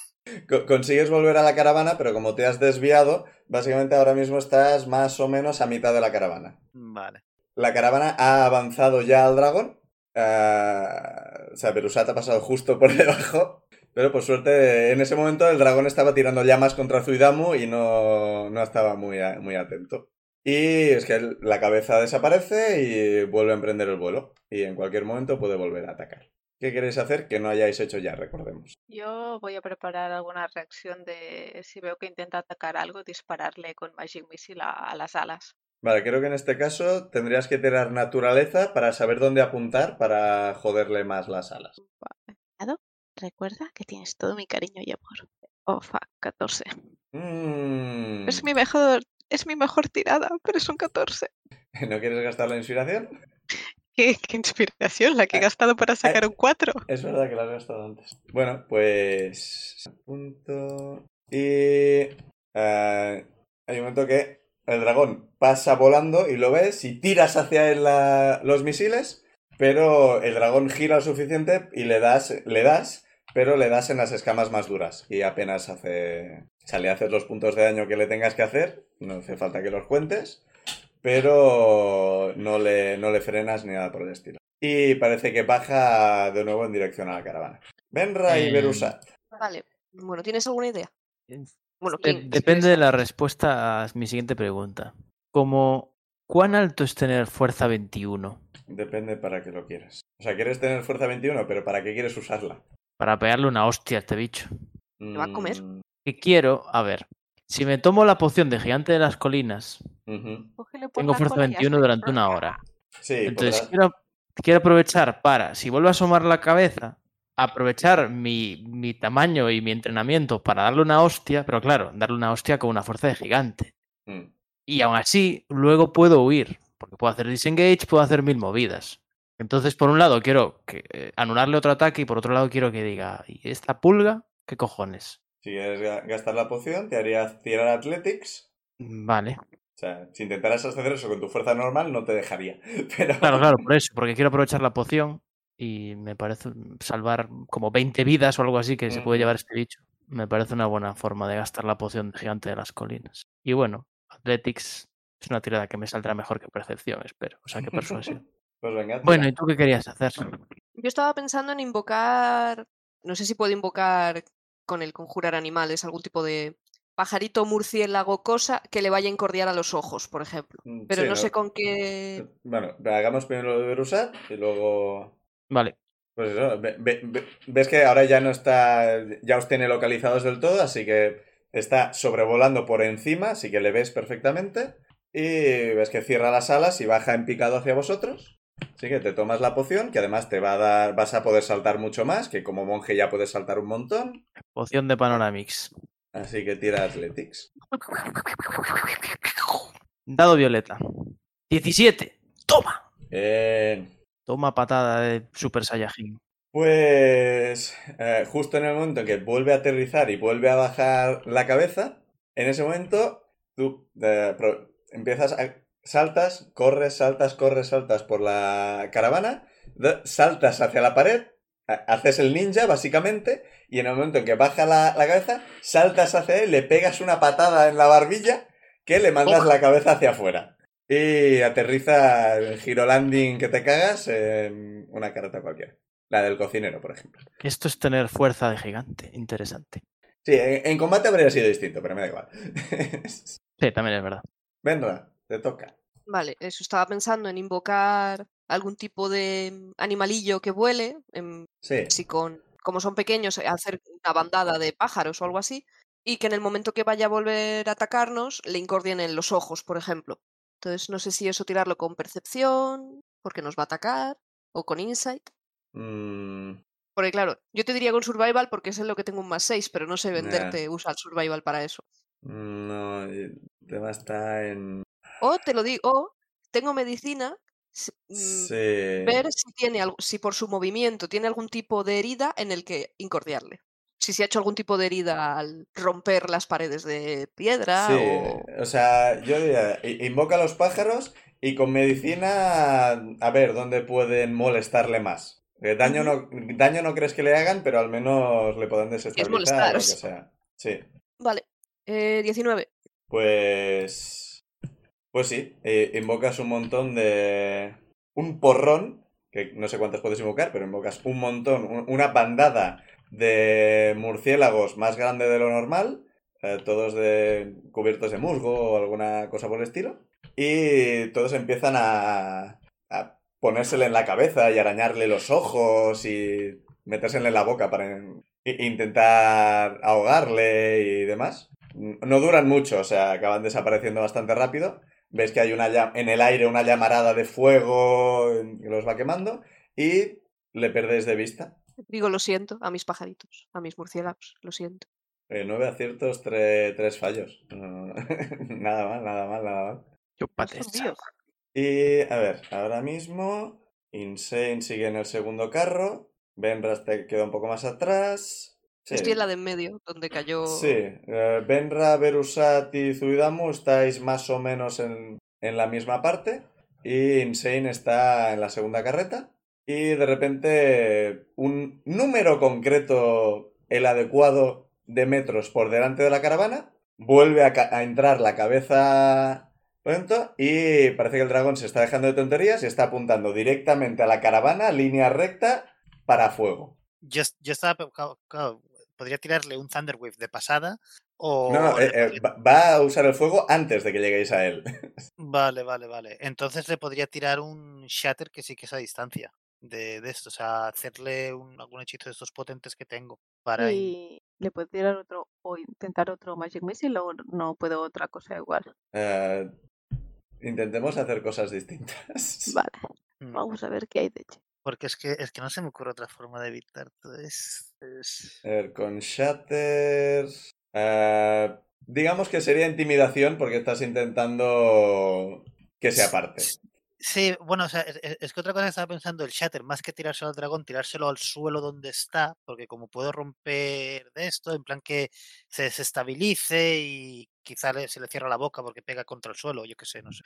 A: co- consigues volver a la caravana, pero como te has desviado, básicamente ahora mismo estás más o menos a mitad de la caravana.
C: Vale.
A: La caravana ha avanzado ya al dragón. Ah, o sea, Perusat ha pasado justo por debajo. Pero por suerte, en ese momento el dragón estaba tirando llamas contra Zuidamu y no, no estaba muy, a- muy atento. Y es que el- la cabeza desaparece y vuelve a emprender el vuelo. Y en cualquier momento puede volver a atacar. ¿Qué queréis hacer que no hayáis hecho ya, recordemos?
E: Yo voy a preparar alguna reacción de si veo que intenta atacar algo, dispararle con Magic Missile a, a las alas.
A: Vale, creo que en este caso tendrías que tirar naturaleza para saber dónde apuntar para joderle más las alas.
E: Recuerda que tienes todo mi cariño y amor. Oh, fuck, 14.
A: Mm.
E: Es mi mejor, es mi mejor tirada, pero es un 14.
A: ¿No quieres gastar la inspiración?
E: ¿Qué, qué inspiración la que he
A: Ah,
E: gastado para sacar un 4.
A: Es verdad que la has gastado antes. Bueno, pues. Punto. Y. eh, hay un momento que el dragón pasa volando y lo ves y tiras hacia él la- los misiles, pero el dragón gira lo suficiente y le das, le das, pero le das en las escamas más duras y apenas hace. O sea, le haces los puntos de daño que le tengas que hacer, no hace falta que los cuentes, pero no le, no le frenas ni nada por el estilo. Y parece que baja de nuevo en dirección a la caravana. Benra y
D: Eh,
A: Berusat.
B: Vale. Bueno, ¿tienes alguna idea? Bueno,
D: De-
B: ¿quién-
D: Eh, depende de la respuesta a mi siguiente pregunta. Como, ¿cuán alto es tener fuerza 21?
A: Depende para qué lo quieras. O sea, quieres tener fuerza 21, pero ¿para qué quieres usarla?
D: Para pegarle una hostia a este bicho.
A: ¿Lo
B: va a comer?
A: Mm,
D: Que quiero, a ver, si me tomo la poción de gigante de las colinas,
E: Cógele por
D: tengo
E: la
D: fuerza
E: cola y
D: 21
E: hazle-
D: durante una hora.
A: Sí,
D: Entonces
A: podrás-
D: quiero, quiero aprovechar para, si vuelvo a asomar la cabeza, aprovechar mi, mi tamaño y mi entrenamiento para darle una hostia, pero claro, darle una hostia con una fuerza de gigante.
A: Mm.
D: Y aún así, luego puedo huir, porque puedo hacer disengage, puedo hacer mil movidas. Entonces, por un lado, quiero que, eh, anularle otro ataque y por otro lado, quiero que diga, ¿y esta pulga? ¿Qué cojones?
A: Si quieres ga- gastar la poción, te haría tirar Athletics.
D: Vale,
A: O sea, si intentaras hacer eso con tu fuerza normal, no te dejaría. Pero...
D: claro, claro, por eso, porque quiero aprovechar la poción y me parece salvar como 20 vidas o algo así que se puede llevar este bicho. Me parece una buena forma de gastar la poción de gigante de las colinas. Y bueno, Athletics es una tirada que me saldrá mejor que percepción, espero. O sea, que persuasión.
A: Pues venga. tira.
D: Bueno, ¿y tú qué querías hacer?
B: Yo estaba pensando en invocar. No sé si puedo invocar con el conjurar animales algún tipo de pajarito, murciélago, cosa que le vaya a incordiar a los ojos, por ejemplo.
A: Mm,
B: Pero
A: sí,
B: no sé con qué.
A: Bueno, hagamos primero lo de usar y luego...
D: Vale,
A: Pues eso, ve- ve- ve- ves que ahora ya no está, ya os tiene localizados del todo, así que está sobrevolando por encima, así que le ves perfectamente. Y ves que cierra las alas y baja en picado hacia vosotros. Así que te tomas la poción, que además te va a dar, vas a poder saltar mucho más, que como monje ya puedes saltar un montón.
D: poción de Panoramix.
A: Así que tira Athletics.
D: Dado violeta. 17. Toma.
A: Bien.
D: Toma patada de Super Saiyajin.
A: Pues eh, justo en el momento en que vuelve a aterrizar y vuelve a bajar la cabeza, en ese momento tú eh, pro- empiezas a... Saltas, corres, saltas, corres, saltas por la caravana, da- saltas hacia la pared, ha- haces el ninja básicamente, y en el momento en que baja la, la cabeza, saltas hacia él, le pegas una patada en la barbilla que le mandas la cabeza hacia afuera. Y aterriza el giro landing que te cagas en una carreta cualquiera. La del cocinero, por ejemplo.
D: Esto es tener fuerza de gigante. Interesante.
A: Sí, en, en combate habría sido distinto, pero me da igual.
D: Sí, también es verdad.
A: Venra, te toca.
B: Vale, eso estaba pensando en invocar algún tipo de mm, animalillo que vuele. em,
A: Sí.
B: si con, como son pequeños, eh, hacer una bandada de pájaros o algo así. Y que en el momento que vaya a volver a atacarnos, le incordien en los ojos, por ejemplo. Entonces, no sé si eso tirarlo con percepción, porque nos va a atacar, o con insight.
A: Mm,
B: Porque claro, yo te diría con survival porque es en lo que tengo un más 6, pero no sé
A: Ya.
B: venderte usar survival para eso.
A: mm, no, eh, el tema está en...
B: O te lo digo, o tengo medicina, si- mm,
A: Sí.
B: ver si tiene algo, si por su movimiento tiene algún tipo de herida en el que incordiarle. Si se ha hecho algún tipo de herida al romper las paredes de piedra
A: Sí,
B: o
A: o sea, yo diría, i- invoca a los pájaros y con medicina a ver dónde pueden molestarle más. Eh, Daño no, daño no crees que le hagan, pero al menos le podrán desestabilizar o
B: molestar,
A: lo que
B: sí.
A: sea. Sí.
B: vale, eh, 19.
A: Pues. Pues sí, eh, invocas un montón de. Un porrón, que no sé cuántas puedes invocar, pero invocas un montón, un- una bandada de murciélagos más grande de lo normal, eh, todos de, cubiertos de musgo o alguna cosa por el estilo, y todos empiezan a, a ponérsele en la cabeza y arañarle los ojos y metérsele en la boca para in- intentar ahogarle y demás. No duran mucho, o sea, acaban desapareciendo bastante rápido. Ves que hay una llam- en el aire una llamarada de fuego que los va quemando y le perdéis de vista.
B: Digo lo siento a mis pajaritos, a mis murciélagos, lo siento.
A: Eh, nueve aciertos, tre- tres fallos. No- nada mal, nada mal, nada mal.
D: Yo
E: Hazle un lío.
A: Y a ver, ahora mismo Insane sigue en el segundo carro. Benras te queda un poco más atrás. Sí.
B: Estoy en la de en medio, donde cayó.
A: Sí, eh, Benra, Berusat y Zuidamu estáis más o menos en, en la misma parte y Insane está en la segunda carreta y de repente un número concreto, el adecuado de metros por delante de la caravana, vuelve a, ca- a entrar la cabeza pronto y parece que el dragón se está dejando de tonterías y está apuntando directamente a la caravana, línea recta, para fuego.
C: Yo, es- yo estaba. pe- claro, claro, podría tirarle un Thunderwave de pasada O
A: No, no, eh, eh, va- va a usar el fuego antes de que lleguéis a él.
C: Vale, vale, vale. Entonces le podría tirar un shatter que sí que es a distancia de, de esto. O sea, hacerle un, algún hechizo de estos potentes que tengo para in-
E: Y le puedo tirar otro o intentar otro Magic Missile o no puedo otra cosa igual.
A: Eh, intentemos hacer cosas distintas.
E: Vale,
C: Mm,
E: vamos a ver qué hay de hecho.
C: Porque es que, es que no se me ocurre otra forma de evitar todo es- es-
A: A ver, con Shatter. eh, digamos que sería intimidación porque estás intentando que se aparte.
C: Sí, bueno, o sea, es, es- es que otra cosa que estaba pensando, el shatter, más que tirárselo al dragón, tirárselo al suelo donde está, porque como puedo romper de esto, en plan que se desestabilice y quizá le- se le cierra la boca porque pega contra el suelo, yo qué sé, no sé.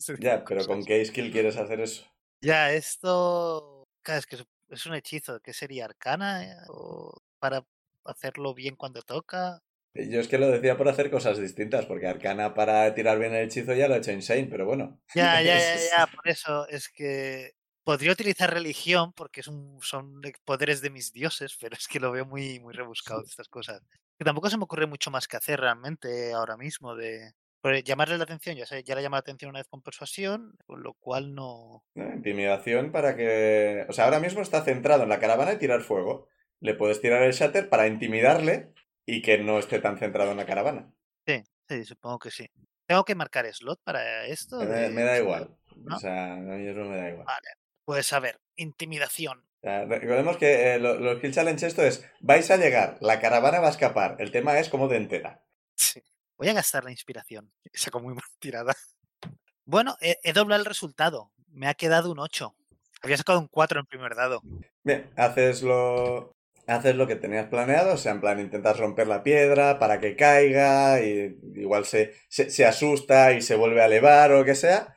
C: Ese tipo de
A: Ya, pero
C: cosas.
A: ¿con qué skill quieres hacer eso?
C: Ya, esto. claro, es que es- es un hechizo. ¿Qué sería? ¿Arcana? eh? ¿O para hacerlo bien cuando toca?
A: Yo es que lo decía por hacer cosas distintas, porque Arcana para tirar bien el hechizo ya lo ha hecho Insane, pero bueno.
C: Ya, ya, ya, ya. Por eso es que. Podría utilizar religión porque es un, son de- poderes de mis dioses, pero es que lo veo muy, muy rebuscado de estas cosas. Que tampoco se me ocurre mucho más que hacer realmente ahora mismo de. pero llamarle la atención, ya, sé, ya le llama la atención una vez con persuasión, con lo cual no.
A: ¿no? Intimidación para que... O sea, ahora mismo está centrado en la caravana y tirar fuego. Le puedes tirar el shatter para intimidarle y que no esté tan centrado en la caravana.
C: Sí, supongo que sí. ¿Tengo que marcar slot para esto?
A: Me da,
C: de-
A: me da igual.
C: ¿no?
A: O sea, a mí eso me da igual.
C: Pues a ver, intimidación.
A: O sea, recordemos que eh, lo- los Kill Challenge esto es, vais a llegar, la caravana va a escapar, el tema es cómo te entera.
C: Sí. Voy a gastar la inspiración. Saco muy mala tirada. Bueno, he, he doblado el resultado. Me ha quedado un 8. Había sacado un 4 en el primer dado.
A: Bien, haces lo, haces lo que tenías planeado, o sea, en plan, intentas romper la piedra para que caiga, y igual se, se, se asusta y se vuelve a elevar o lo que sea,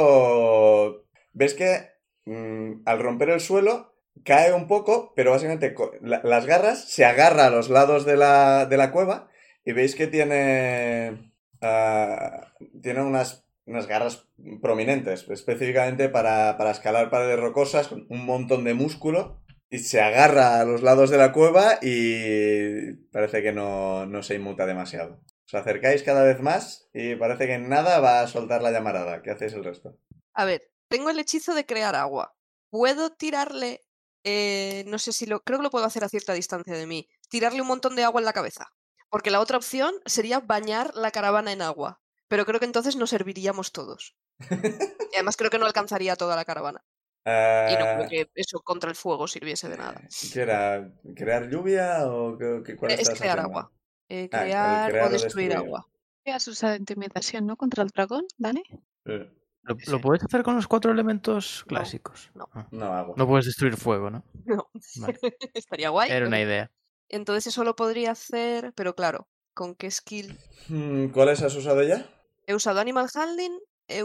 A: pero ves que mm, al romper el suelo cae un poco, pero básicamente co- la- las garras se agarra a los lados de la, de la cueva y veis que tiene, ah, tiene unas, unas garras prominentes, específicamente para, para escalar paredes rocosas, con un montón de músculo. Y se agarra a los lados de la cueva y parece que no, no se inmuta demasiado. Os acercáis cada vez más y parece que nada va a soltar la llamarada. ¿Qué hacéis el resto?
B: A ver, tengo el hechizo de crear agua. Puedo tirarle, eh, no sé si lo, creo que lo puedo hacer a cierta distancia de mí, tirarle un montón de agua en la cabeza. Porque la otra opción sería bañar la caravana en agua. Pero creo que entonces nos serviríamos todos. Y además creo que no alcanzaría toda la caravana. Y no
D: Ah.
B: creo
A: Eh,
B: que eso contra el fuego sirviese de nada.
A: ¿Qué era? ¿Crear lluvia o qué, qué- cuál
B: Eh, es
A: estás
B: crear
A: haciendo?
B: agua. Eh,
A: Ah, el
B: crear,
A: crear o
B: o destruir,
A: destruir.
B: agua.
E: ¿Qué has usado intimidación, no? Contra el dragón, ¿vale?
A: Eh,
D: ¿Lo,
C: Sí,
D: lo
C: sí.
D: puedes hacer con los cuatro elementos clásicos?
B: no.
D: Ah.
A: No, agua.
D: No puedes destruir fuego, ¿no?
B: No.
D: Vale.
B: Estaría guay.
D: Era
B: ¿no?
D: una idea.
B: Entonces eso lo podría hacer, pero claro, ¿con qué skill?
A: Mm, ¿Cuáles has usado ya?
B: He usado Animal Handling, he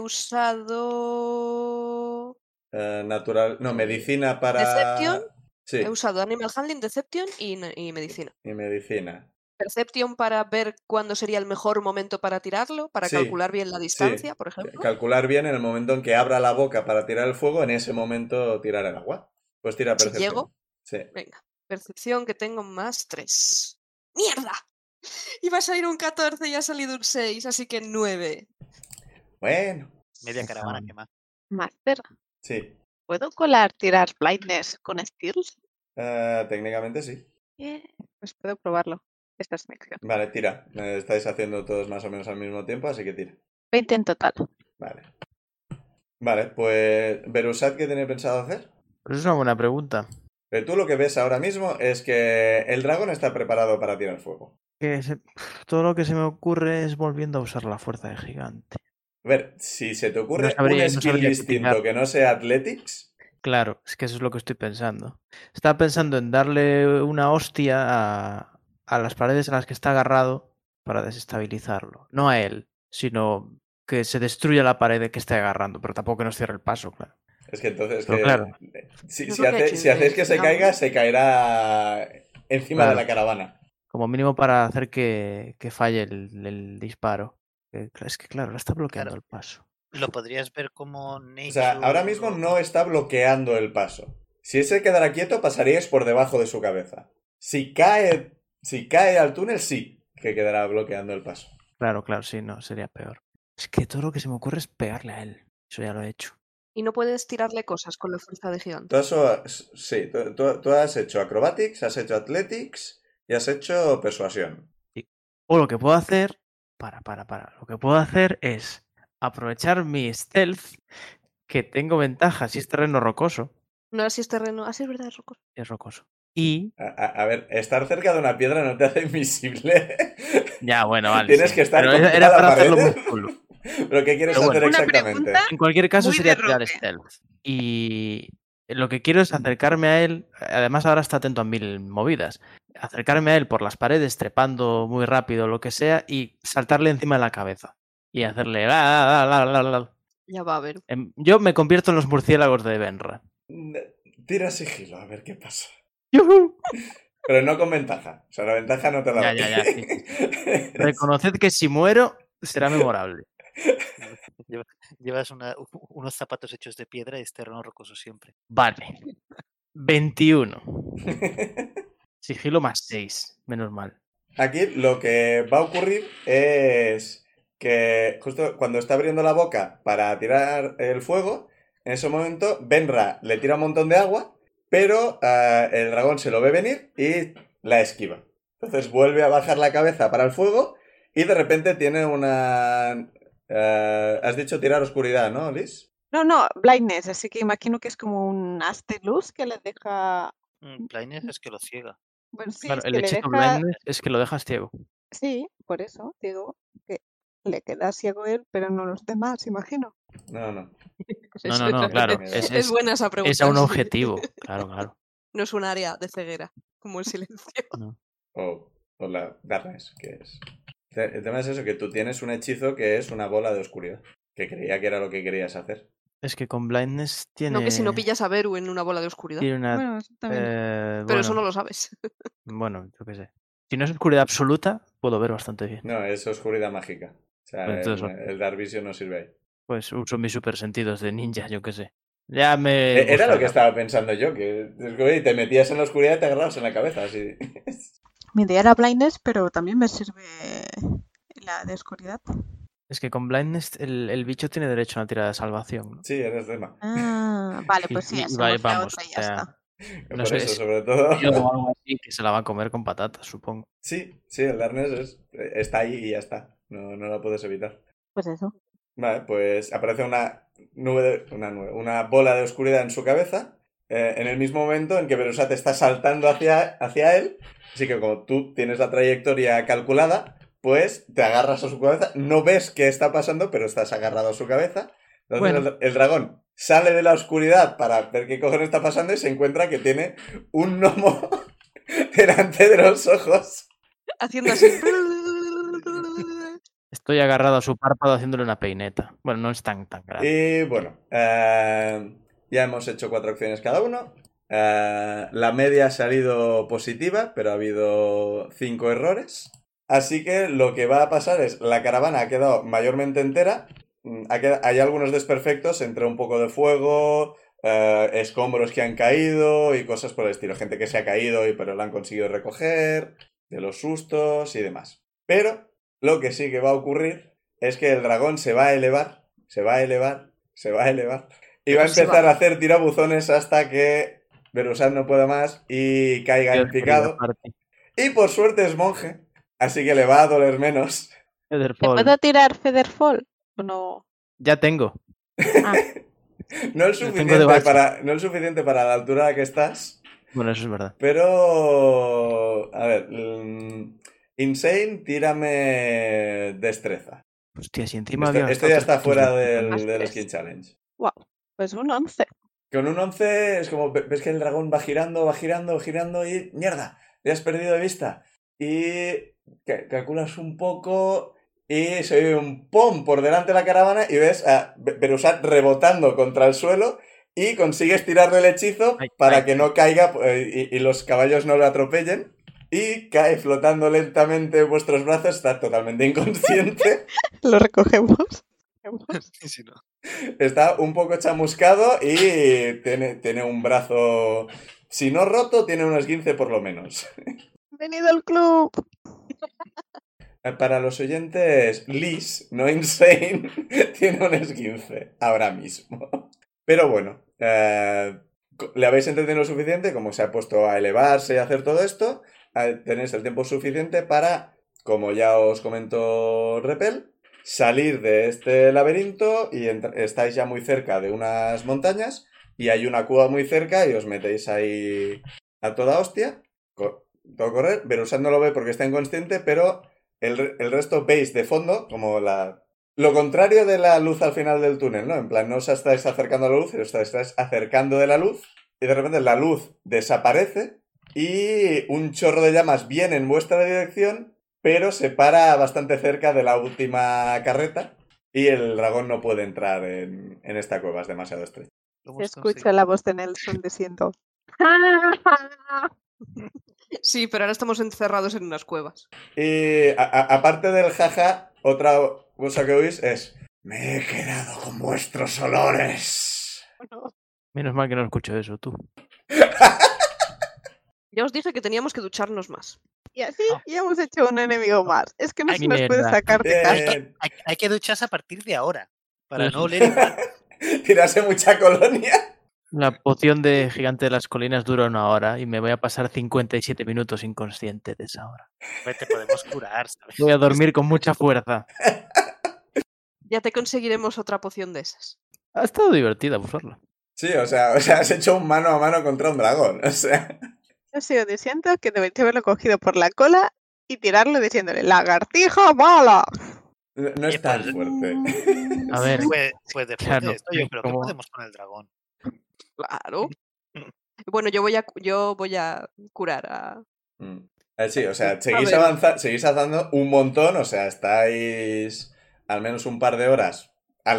B: usado...
A: Eh, natural. No, medicina para.
B: Deception.
A: Sí,
B: He usado Animal Handling, Deception y, ne- y Medicina.
A: y medicina.
B: Perception para ver cuándo sería el mejor momento para tirarlo, para
A: Sí,
B: calcular bien la distancia,
D: Eh,
B: por ejemplo.
A: Calcular bien en el momento en que abra la boca para tirar el fuego, en ese momento tirar el agua. Pues tira
B: Si
A: percepción.
B: llego.
A: Sí.
B: Venga, percepción que tengo más 3. ¡Mierda! Iba a salir un 14 y ha salido un 6, así que 9.
A: Bueno,
C: Media caravana
D: Ujú.
C: quemada.
E: Master,
A: sí.
E: ¿puedo colar tirar blindness con steel?
A: Eh, técnicamente sí.
E: Pues puedo probarlo. Esta es mi acción.
A: Vale, tira. Eh, estáis haciendo todos más o menos al mismo tiempo, así que tira.
E: 20 en total.
A: Vale. Vale, pues. Berusat, ¿qué tiene pensado hacer?
D: Pero es una buena pregunta.
A: Pero tú lo que ves ahora mismo es que el dragón está preparado para tirar fuego.
D: Que se- Todo lo que se me ocurre es volviendo a usar la fuerza de gigante.
A: A ver, si se te ocurre
D: No sabría-
A: un
D: no
A: skill
D: sabría qué
A: distinto
D: tirar.
A: que no sea Athletics,
D: Claro, es que eso es lo que estoy pensando. Estaba pensando en darle una hostia a, a las paredes a las que está agarrado para desestabilizarlo. No a él, sino que se destruya la pared que está agarrando, pero tampoco que nos cierre el paso, claro.
A: es que entonces
D: Pero
A: que-
D: claro.
A: si,
B: Yo
A: si
B: creo que
A: hace-
B: chiste,
A: si hacéis que se
B: no.
A: caiga, se caerá encima de
D: Claro.
A: la caravana.
D: Como mínimo para hacer que, que falle el, el disparo. Eh, cla- Es que claro, la está bloqueando el paso.
C: Lo podrías ver como
A: O sea, ahora mismo no está bloqueando el paso. Si ese quedara quieto, pasaríais por debajo de su cabeza. Si cae, si cae al túnel, sí. que quedará bloqueando el paso.
D: Claro, claro, sí, no, sería peor. Es que todo lo que se me ocurre es pegarle a él. Eso ya lo he hecho.
B: Y no puedes tirarle cosas con la fuerza de gigante.
A: Tú has, sí, tú, tú- tú has hecho acrobatics, has hecho athletics y has hecho persuasión.
D: O lo que puedo hacer, para, para, para, lo que puedo hacer es aprovechar mi stealth, que tengo ventaja si es terreno rocoso.
B: No así es terreno. Así es verdad, Rocco.
D: Es rocoso. Y
A: A, a- a ver, estar cerca de una piedra no te hace invisible.
D: ya, bueno, vale.
A: Tienes
D: sí,
A: que estar
D: pero
A: contra
D: era, era
A: la
D: para
A: pared. ¿eh?
D: hacerlo muy chulo.
A: ¿Pero qué quieres
D: Pero
A: hacer
E: bueno. Una
A: exactamente?
E: pregunta.
D: En cualquier caso
E: Muy
D: sería
E: de
D: tirar
E: roque.
D: stealth. Y lo que quiero es acercarme a él. Además, ahora está atento a mil movidas. Acercarme a él por las paredes, trepando muy rápido, lo que sea, y saltarle encima de la cabeza. Y hacerle. la, la, la, la, la.
B: Ya va a ver.
D: Em, Yo me convierto en los murciélagos de Benra.
A: Tira sigilo, a ver qué pasa.
D: ¡Yujú!
A: Pero no con ventaja. O sea, la ventaja no te la
D: Ya,
A: doy.
D: ya, ya, sí, Reconoced que si muero, será memorable.
C: Llevas una- u- unos zapatos hechos de piedra y es terreno rocoso siempre. Mm,
D: Vale. 21. Sigilo más 6. Menos mal.
A: Aquí lo que va a ocurrir es que justo cuando está abriendo la boca para tirar el fuego, en ese momento Benra le tira un montón de agua, pero ah, el dragón se lo ve venir y la esquiva. Entonces vuelve a bajar la cabeza para el fuego y de repente tiene una... ah, has dicho tirar oscuridad, ¿no, Liz?
E: No, no, blindness, así que imagino que es como un haz de luz que le deja.
C: Mm, Plaines es que lo ciega.
E: Bueno, sí,
D: Claro,
E: es
D: el
E: que le
D: hechizo
E: deja-
D: blindness es que lo dejas ciego.
E: Sí, por eso digo que le queda ciego él, pero no los demás, imagino.
A: No, no.
D: No, no, no, claro.
A: miedo.
D: Es,
B: Es,
D: es-
B: buena esa pregunta.
D: es a un
B: sí.
D: objetivo. Claro, claro.
B: No es un área de ceguera, como el silencio.
A: O, o la darkness, que es... El tema es eso, que tú tienes un hechizo que es una bola de oscuridad, que creía que era lo que querías hacer.
D: Es que con blindness tiene.
B: No que si no pillas a Beru en una bola de oscuridad.
D: tiene una.
E: Bueno, eso también.
D: Ah, eh,
B: Pero eso no
D: bueno,
B: lo sabes.
D: Bueno, yo qué sé. Si no es oscuridad absoluta, puedo ver bastante bien.
A: No, es oscuridad mágica. O sea,
D: Pues entonces,
A: el, el Dark Vision no sirve ahí.
D: Pues uso mis super sentidos de ninja, yo qué sé. Ya me.
A: Eh, Era lo que
D: buscará.
A: estaba pensando yo, que oye, te metías en la oscuridad y te agarrabas en la cabeza, así.
E: Mi idea era blindness, pero también me sirve la de oscuridad.
D: Es que con blindness el, el bicho tiene derecho a una tirada de salvación. ¿no?
A: Sí, eres tema.
E: Ah, vale,
D: Y-
E: pues sí,
D: y- y
E: hacemos
D: va-
E: la
D: vamos,
E: otra y
D: o
E: ya
D: sea,
E: está.
A: Por
D: No sé,
A: eso,
D: es-
A: sobre todo.
D: yo o algo así, que se la va a comer con patatas, supongo.
A: Sí, sí, el Darkness es- eh, está ahí y ya está. No, no la puedes evitar.
E: Pues eso.
A: Vale, pues aparece una nube, de- una nube, una bola de oscuridad en su cabeza. eh, en el mismo momento en que Berusat está saltando hacia, hacia él. Así que como tú tienes la trayectoria calculada, pues te agarras a su cabeza. No ves qué está pasando, pero estás agarrado a su cabeza. Entonces
D: Bueno.
A: el, el dragón sale de la oscuridad para ver qué cojones está pasando y se encuentra que tiene un gnomo delante de los ojos.
B: Haciendo así.
D: Estoy agarrado a su párpado haciéndole una peineta. Bueno, no es tan, tan grave.
A: Y bueno, eh, ya hemos hecho cuatro acciones cada uno. Eh, la media ha salido positiva, pero ha habido cinco errores. Así que lo que va a pasar es, la caravana ha quedado mayormente entera. Mm, ha queda- Hay algunos desperfectos entre un poco de fuego, eh, escombros que han caído y cosas por el estilo. Gente que se ha caído y pero la han conseguido recoger, de los sustos y demás. Pero lo que sí que va a ocurrir es que el dragón se va a elevar se va a elevar, se va a elevar. Y va a
B: Se
A: empezar
B: va.
A: a hacer tirabuzones hasta que Berusat no pueda más y caiga
D: Yo
A: en
D: descubrí
A: picado.
D: la parte
A: Y por suerte es monje, así que le va a doler menos.
D: del
E: ¿Te
D: Paul.
E: puedo tirar Featherfall? ¿O no? Ah,
D: Ya tengo.
A: No el
D: tengo de
A: suficiente
D: base.
A: para, no el suficiente para la altura a la que estás,
D: Bueno, eso es verdad.
A: pero... A ver, mm, Insane, tírame destreza.
D: Hostia, si encima
A: Esto,
D: había
A: esto ya
D: otros
A: está
D: bichos
A: fuera
D: de-
A: del,
E: Más
A: del
E: tres.
A: Skin Challenge.
E: Pues un 11.
A: Con un 11 es como, ve- ves que el dragón va girando, va girando, va girando y mierda, le has perdido de vista. Y ca- calculas un poco y se oye un pom por delante de la caravana y ves a Be- Berusat rebotando contra el suelo y consigues tirarle el hechizo
D: Ay,
A: para
D: ay.
A: que no caiga eh, y, y los caballos no lo atropellen. Y cae flotando lentamente en vuestros brazos, está totalmente inconsciente.
E: Lo recogemos.
C: Si no,
A: Está un poco chamuscado y tiene, tiene un brazo, si no roto, tiene unos 15 por lo menos.
E: Bienvenido al club.
A: Eh, Para los oyentes, Liz, no Insane, tiene un esquince ahora mismo. Pero bueno, eh, co- le habéis entendido lo suficiente, como se ha puesto a elevarse y a hacer todo esto, eh, tenéis el tiempo suficiente para, como ya os comentó Repel, salir de este laberinto y entra- estáis ya muy cerca de unas montañas y hay una cueva muy cerca y os metéis ahí a toda hostia. Co- todo correr, Verusat no lo ve porque está inconsciente, pero el, re- el resto veis de fondo como la... Lo contrario de la luz al final del túnel, ¿no? En plan, no os estáis acercando a la luz, os estáis acercando de la luz y de repente la luz desaparece y un chorro de llamas viene en vuestra dirección, pero se para bastante cerca de la última carreta y el dragón no puede entrar en, en esta cueva, es demasiado estrecho.
C: Lo
E: Se
C: hemos
E: escucha la voz de Nelson diciendo.
B: Sí, pero ahora estamos encerrados en unas cuevas.
A: Y a- a- aparte del jaja, otra cosa que oís es... Me he quedado con vuestros olores.
D: Menos mal que no escucho eso, tú.
B: Ya os dije que teníamos que ducharnos más.
E: Y así
C: Ah.
E: ya hemos hecho un enemigo más. Es que no
C: Ay,
E: se nos puede
D: mierda. Eh.
E: sacar de casa.
A: Bien.
C: Hay, hay que ducharse a partir de ahora. Para no
D: Ujú.
C: oler igual.
A: Tirarse mucha colonia.
D: La poción de gigante de las colinas dura una hora y me voy a pasar 57 minutos inconsciente de esa hora.
C: Hombre, pues, Te podemos curar, ¿sabes? Pues
D: Voy a dormir con mucha fuerza.
B: Ya te conseguiremos otra poción de esas.
D: Ha estado divertida, por favor.
A: Sí, o sea, o sea, has hecho un mano a mano contra un dragón. O sea,
E: Yo sigo diciendo que debería haberlo cogido por la cola y tirarlo diciéndole lagartija mala.
A: no no es tan fuerte.
D: A ver,
C: Pues, pues después
D: Claro,
C: de esto, yo
D: es
C: creo que
D: como-
C: podemos con el dragón.
B: Claro. Bueno, yo voy a, cu- yo voy a curar a...
A: Mm. Eh, Sí, o sea, seguís,
B: ver.
A: avanza- seguís avanzando un montón, o sea, estáis al menos un par de horas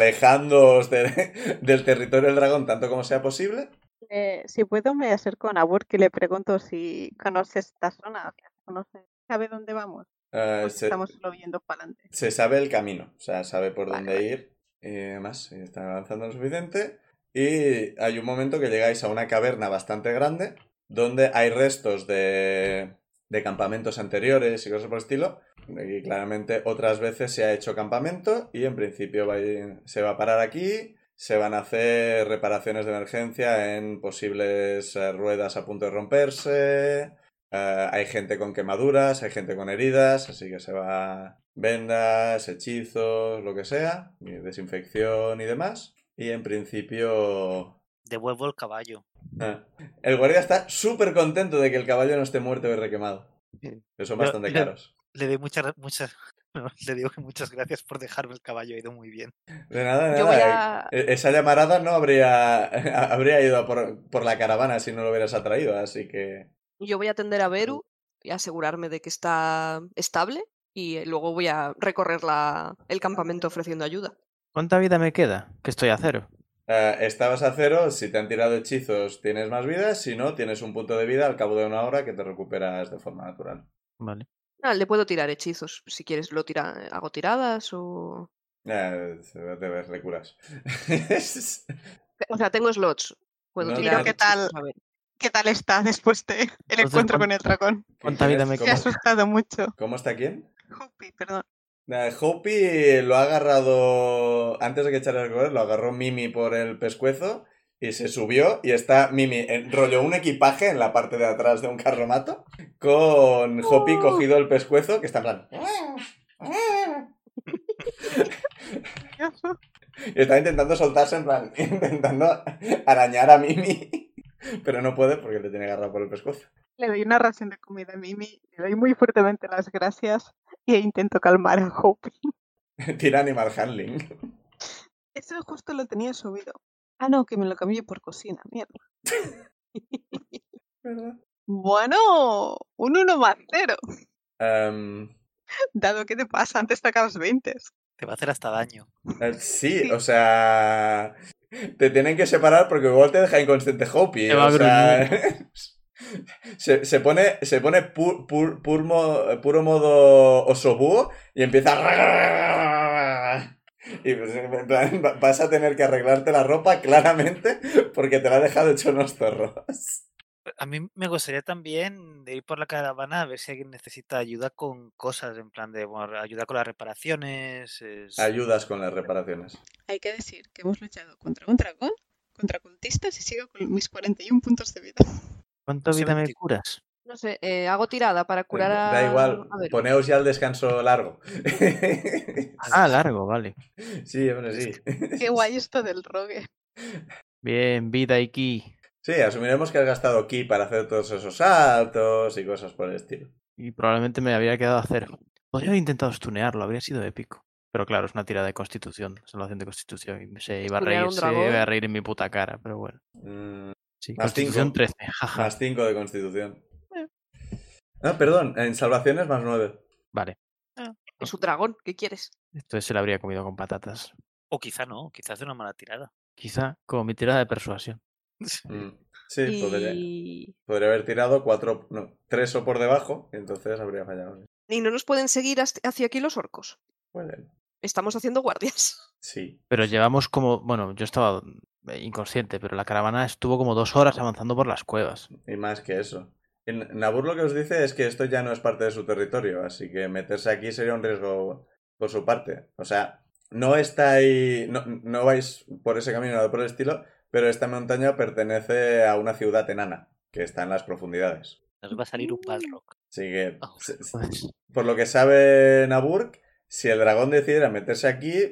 A: alejándoos de- del territorio del dragón tanto como sea posible.
E: Eh, si puedo, me acerco a Nabur que le pregunto si conoce esta zona, conoce, sabe dónde vamos.
A: Eh,
E: o si
A: se,
E: Estamos solo viendo para adelante.
A: se sabe el camino, o sea, sabe por
B: Vale,
A: dónde ir y demás. y Está avanzando lo suficiente. Y hay un momento que llegáis a una caverna bastante grande donde hay restos de, de campamentos anteriores y cosas por el estilo. Y claramente otras veces se ha hecho campamento y en principio va a ir- se va a parar aquí. Se van a hacer reparaciones de emergencia en posibles eh, ruedas a punto de romperse. eh, hay gente con quemaduras, hay gente con heridas, así que se va vendas, hechizos, lo que sea, y desinfección y demás. Y en principio
C: Devuelvo el caballo.
A: Ah. El guardia está súper contento de que el caballo no esté muerto y requemado.
C: Sí.
A: Que son
C: Yo-
A: bastante
C: yo-
A: caros.
C: Le doy muchas, gra- muchas, le digo que muchas gracias por dejarme el caballo, ha ido muy bien.
A: De nada, de
B: Yo voy
A: nada.
B: a-
A: E- Esa llamarada no habría, habría ido a por, por la caravana si no lo hubieras atraído, así que...
B: Yo voy a atender a Beru y asegurarme de que está estable y eh, luego voy a recorrer la- el campamento ofreciendo ayuda.
D: ¿cuánta vida me queda? Que estoy a cero.
A: eh, estabas a cero, si te han tirado hechizos tienes más vida, si no tienes un punto de vida al cabo de una hora que te recuperas de forma natural.
D: Vale.
B: Ah, le puedo tirar hechizos. Si quieres, lo tira... hago tiradas o...
A: Eh, se va a ver, le curas.
B: O sea, tengo slots. Puedo
A: No,
B: tirar
A: Mira qué
E: tal.
B: hechizos, a ver.
E: ¿Qué tal está después de el encuentro con el dragón?
D: ¿Cuánta vida me
A: ¿Cómo,
E: Se ha
D: queda?
E: asustado mucho.
A: ¿Cómo está quién?
E: Jupi, perdón.
A: Eh, Hopi lo ha agarrado. Antes de que echara el correr, lo agarró Mimi por el pescuezo y se subió. Y está Mimi, enrolló un equipaje en la parte de atrás de un carromato con Hopi cogido el pescuezo, que está en plan. Y está intentando soltarse, en plan, intentando arañar a Mimi. Pero no puede porque le tiene agarrado por el pescuezo.
E: Le doy una ración de comida a Mimi, le doy muy fuertemente las gracias e intento calmar a Hopi.
A: Tira animal handling.
E: Eso justo lo tenía subido. Ah, no, que me lo cambié por cocina, mierda.
A: ¿Verdad?
E: Bueno, un 1 más 0,
A: Em,
E: dado que te pasa antes de los 20.
C: Te va a hacer hasta daño.
A: Eh, Sí, o sea. Te tienen que separar porque igual te deja inconsciente Hopi.
D: Te
A: eh,
D: va a
A: o sea, se, se pone, se pone pu- pu- pur mo- puro modo osobúo y empieza a... Y pues, en plan, va- vas a tener que arreglarte la ropa claramente porque te la ha dejado hecho unos zorros.
C: a mí me gustaría también de ir por la caravana a ver si alguien necesita ayuda con cosas, en plan de bueno, ayuda con las reparaciones. es-
A: Ayudas con las reparaciones.
G: Hay que decir que hemos luchado contra un dragón, contra cultistas y sigo con mis 41 puntos de vida.
D: ¿Cuánto vida me
C: 70.
D: curas?
B: No sé, eh, hago tirada para curar a.
A: Da igual,
B: a ver,
A: poneos ya el descanso largo.
D: Ah, largo, vale.
A: sí, hombre, sí.
G: Qué guay esto del rogue.
D: Bien, vida y ki.
A: Sí, asumiremos que has gastado ki para hacer todos esos saltos y cosas por el estilo.
D: Y probablemente me habría quedado a cero. Podría haber intentado stunearlo, habría sido épico. Pero claro, es una tirada de constitución, salvación de constitución. Y se iba a
B: Stunear a
D: reír,
B: un
D: se
B: dragón.
D: iba a reír en mi puta cara, pero bueno.
A: Mm,
D: Sí,
A: Más cinco.
D: constitución 13, jaja.
A: más 5 de constitución. Ah, perdón, en salvaciones más 9.
D: Vale,
B: Es un dragón, ¿qué quieres?
D: entonces se la habría comido con patatas.
C: O quizá no, quizás de una mala tirada.
D: Quizá con mi tirada de persuasión.
A: Mm. Sí, podría,
B: Y...
A: podría haber tirado 4, no, 3 o por debajo, y entonces habría fallado.
B: y no nos pueden seguir hasta- hacia aquí los orcos.
A: Pueden.
B: Estamos haciendo guardias.
A: Sí.
D: Pero llevamos como, bueno, yo estaba eh, inconsciente, pero la caravana estuvo como dos horas avanzando por las cuevas.
A: Y más que eso. En Nabur lo que os dice es que esto ya no es parte de su territorio, así que meterse aquí sería un riesgo por su parte. O sea, no estáis, no, no vais por ese camino o por el estilo, pero esta montaña pertenece a una ciudad enana, que está en las profundidades.
C: Nos va a salir un balrock.
A: Así que,
C: Oh.
A: se- se-
D: Entonces,
A: por lo que sabe Nabur, si el dragón decidiera meterse aquí,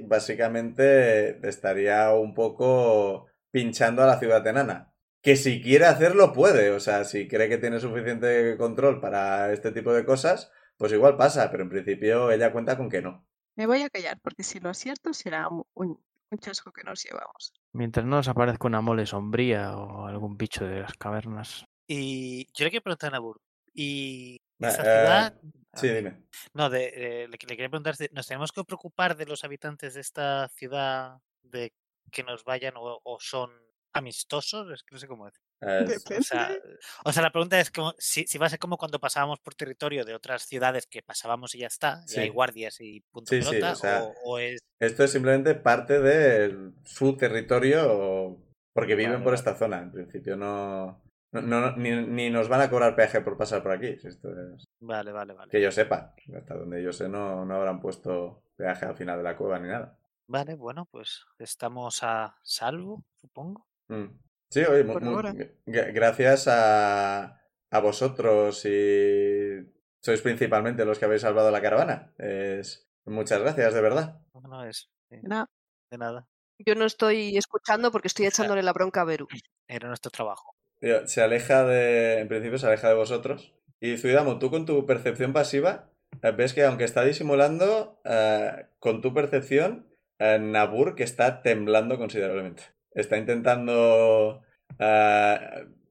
A: básicamente estaría un poco pinchando a la ciudad enana. Que si quiere hacerlo, puede. O sea, si cree que tiene suficiente control para este tipo de cosas, pues igual pasa, pero en principio ella cuenta con que no.
G: Me voy a callar porque si lo acierto será un, un- un chasco que nos llevamos.
D: Mientras no nos aparezca una mole sombría o algún bicho de las cavernas.
C: Y yo le quiero preguntar a Nabur. ¿Y
D: Ah,
A: Va,
C: esa
A: eh,
C: ciudad? ah.
A: Sí, dime.
C: No, de, eh, le, que- le quería preguntar, si ¿nos tenemos que preocupar de los habitantes de esta ciudad de que nos vayan o, o son amistosos? Es que no sé cómo decir.
A: Eh,
C: O sea,
G: Depende.
C: o sea, la pregunta es como, si, si va a ser como cuando pasábamos por territorio de otras ciudades que pasábamos y ya está, y hay
A: Sí.
C: guardias y punto
A: Sí, sí, o
C: pelota,
A: sea,
C: o, o es...
A: esto es simplemente parte de su territorio porque viven
C: Vale,
A: por
C: vale.
A: esta zona. En principio no... no- no- ni, ni nos van a cobrar peaje por pasar por aquí. si Esto es...
C: Vale, vale, vale.
A: Que yo sepa. Hasta donde yo sé, no, no habrán puesto peaje al final de la cueva ni nada.
C: Vale, bueno, pues estamos a salvo, supongo.
A: Mm. Sí, oye, mu-
G: Por
A: mu-
G: ahora.
A: gra- gracias a, a vosotros y sois principalmente los que habéis salvado la caravana. Es, muchas gracias, de verdad.
C: No, no es eh,
G: No,
C: de nada.
B: Yo no estoy escuchando porque estoy echándole la bronca a Beru.
C: Era nuestro trabajo.
A: Tío, Se aleja de, en principio se aleja de vosotros. Y Zuidamo, tú con tu percepción pasiva, eh, ves que aunque está disimulando, eh, con tu percepción, eh, Nabur que está temblando considerablemente. Está intentando eh,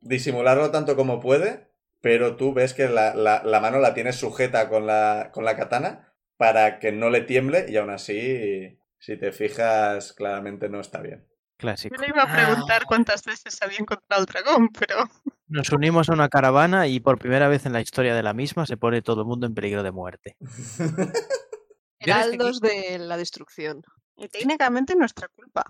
A: disimularlo tanto como puede, pero tú ves que la, la- la mano la tienes sujeta con la, con la katana para que no le tiemble y aún así, si te fijas, claramente no está bien.
D: Clásico.
G: yo le iba a
C: ah.
G: preguntar cuántas veces había encontrado el dragón, pero
D: Nos unimos a una caravana y por primera vez en la historia de la misma se pone todo el mundo en peligro de muerte.
C: Yo desde aquí-
B: Heraldos de la destrucción.
G: y técnicamente es nuestra culpa.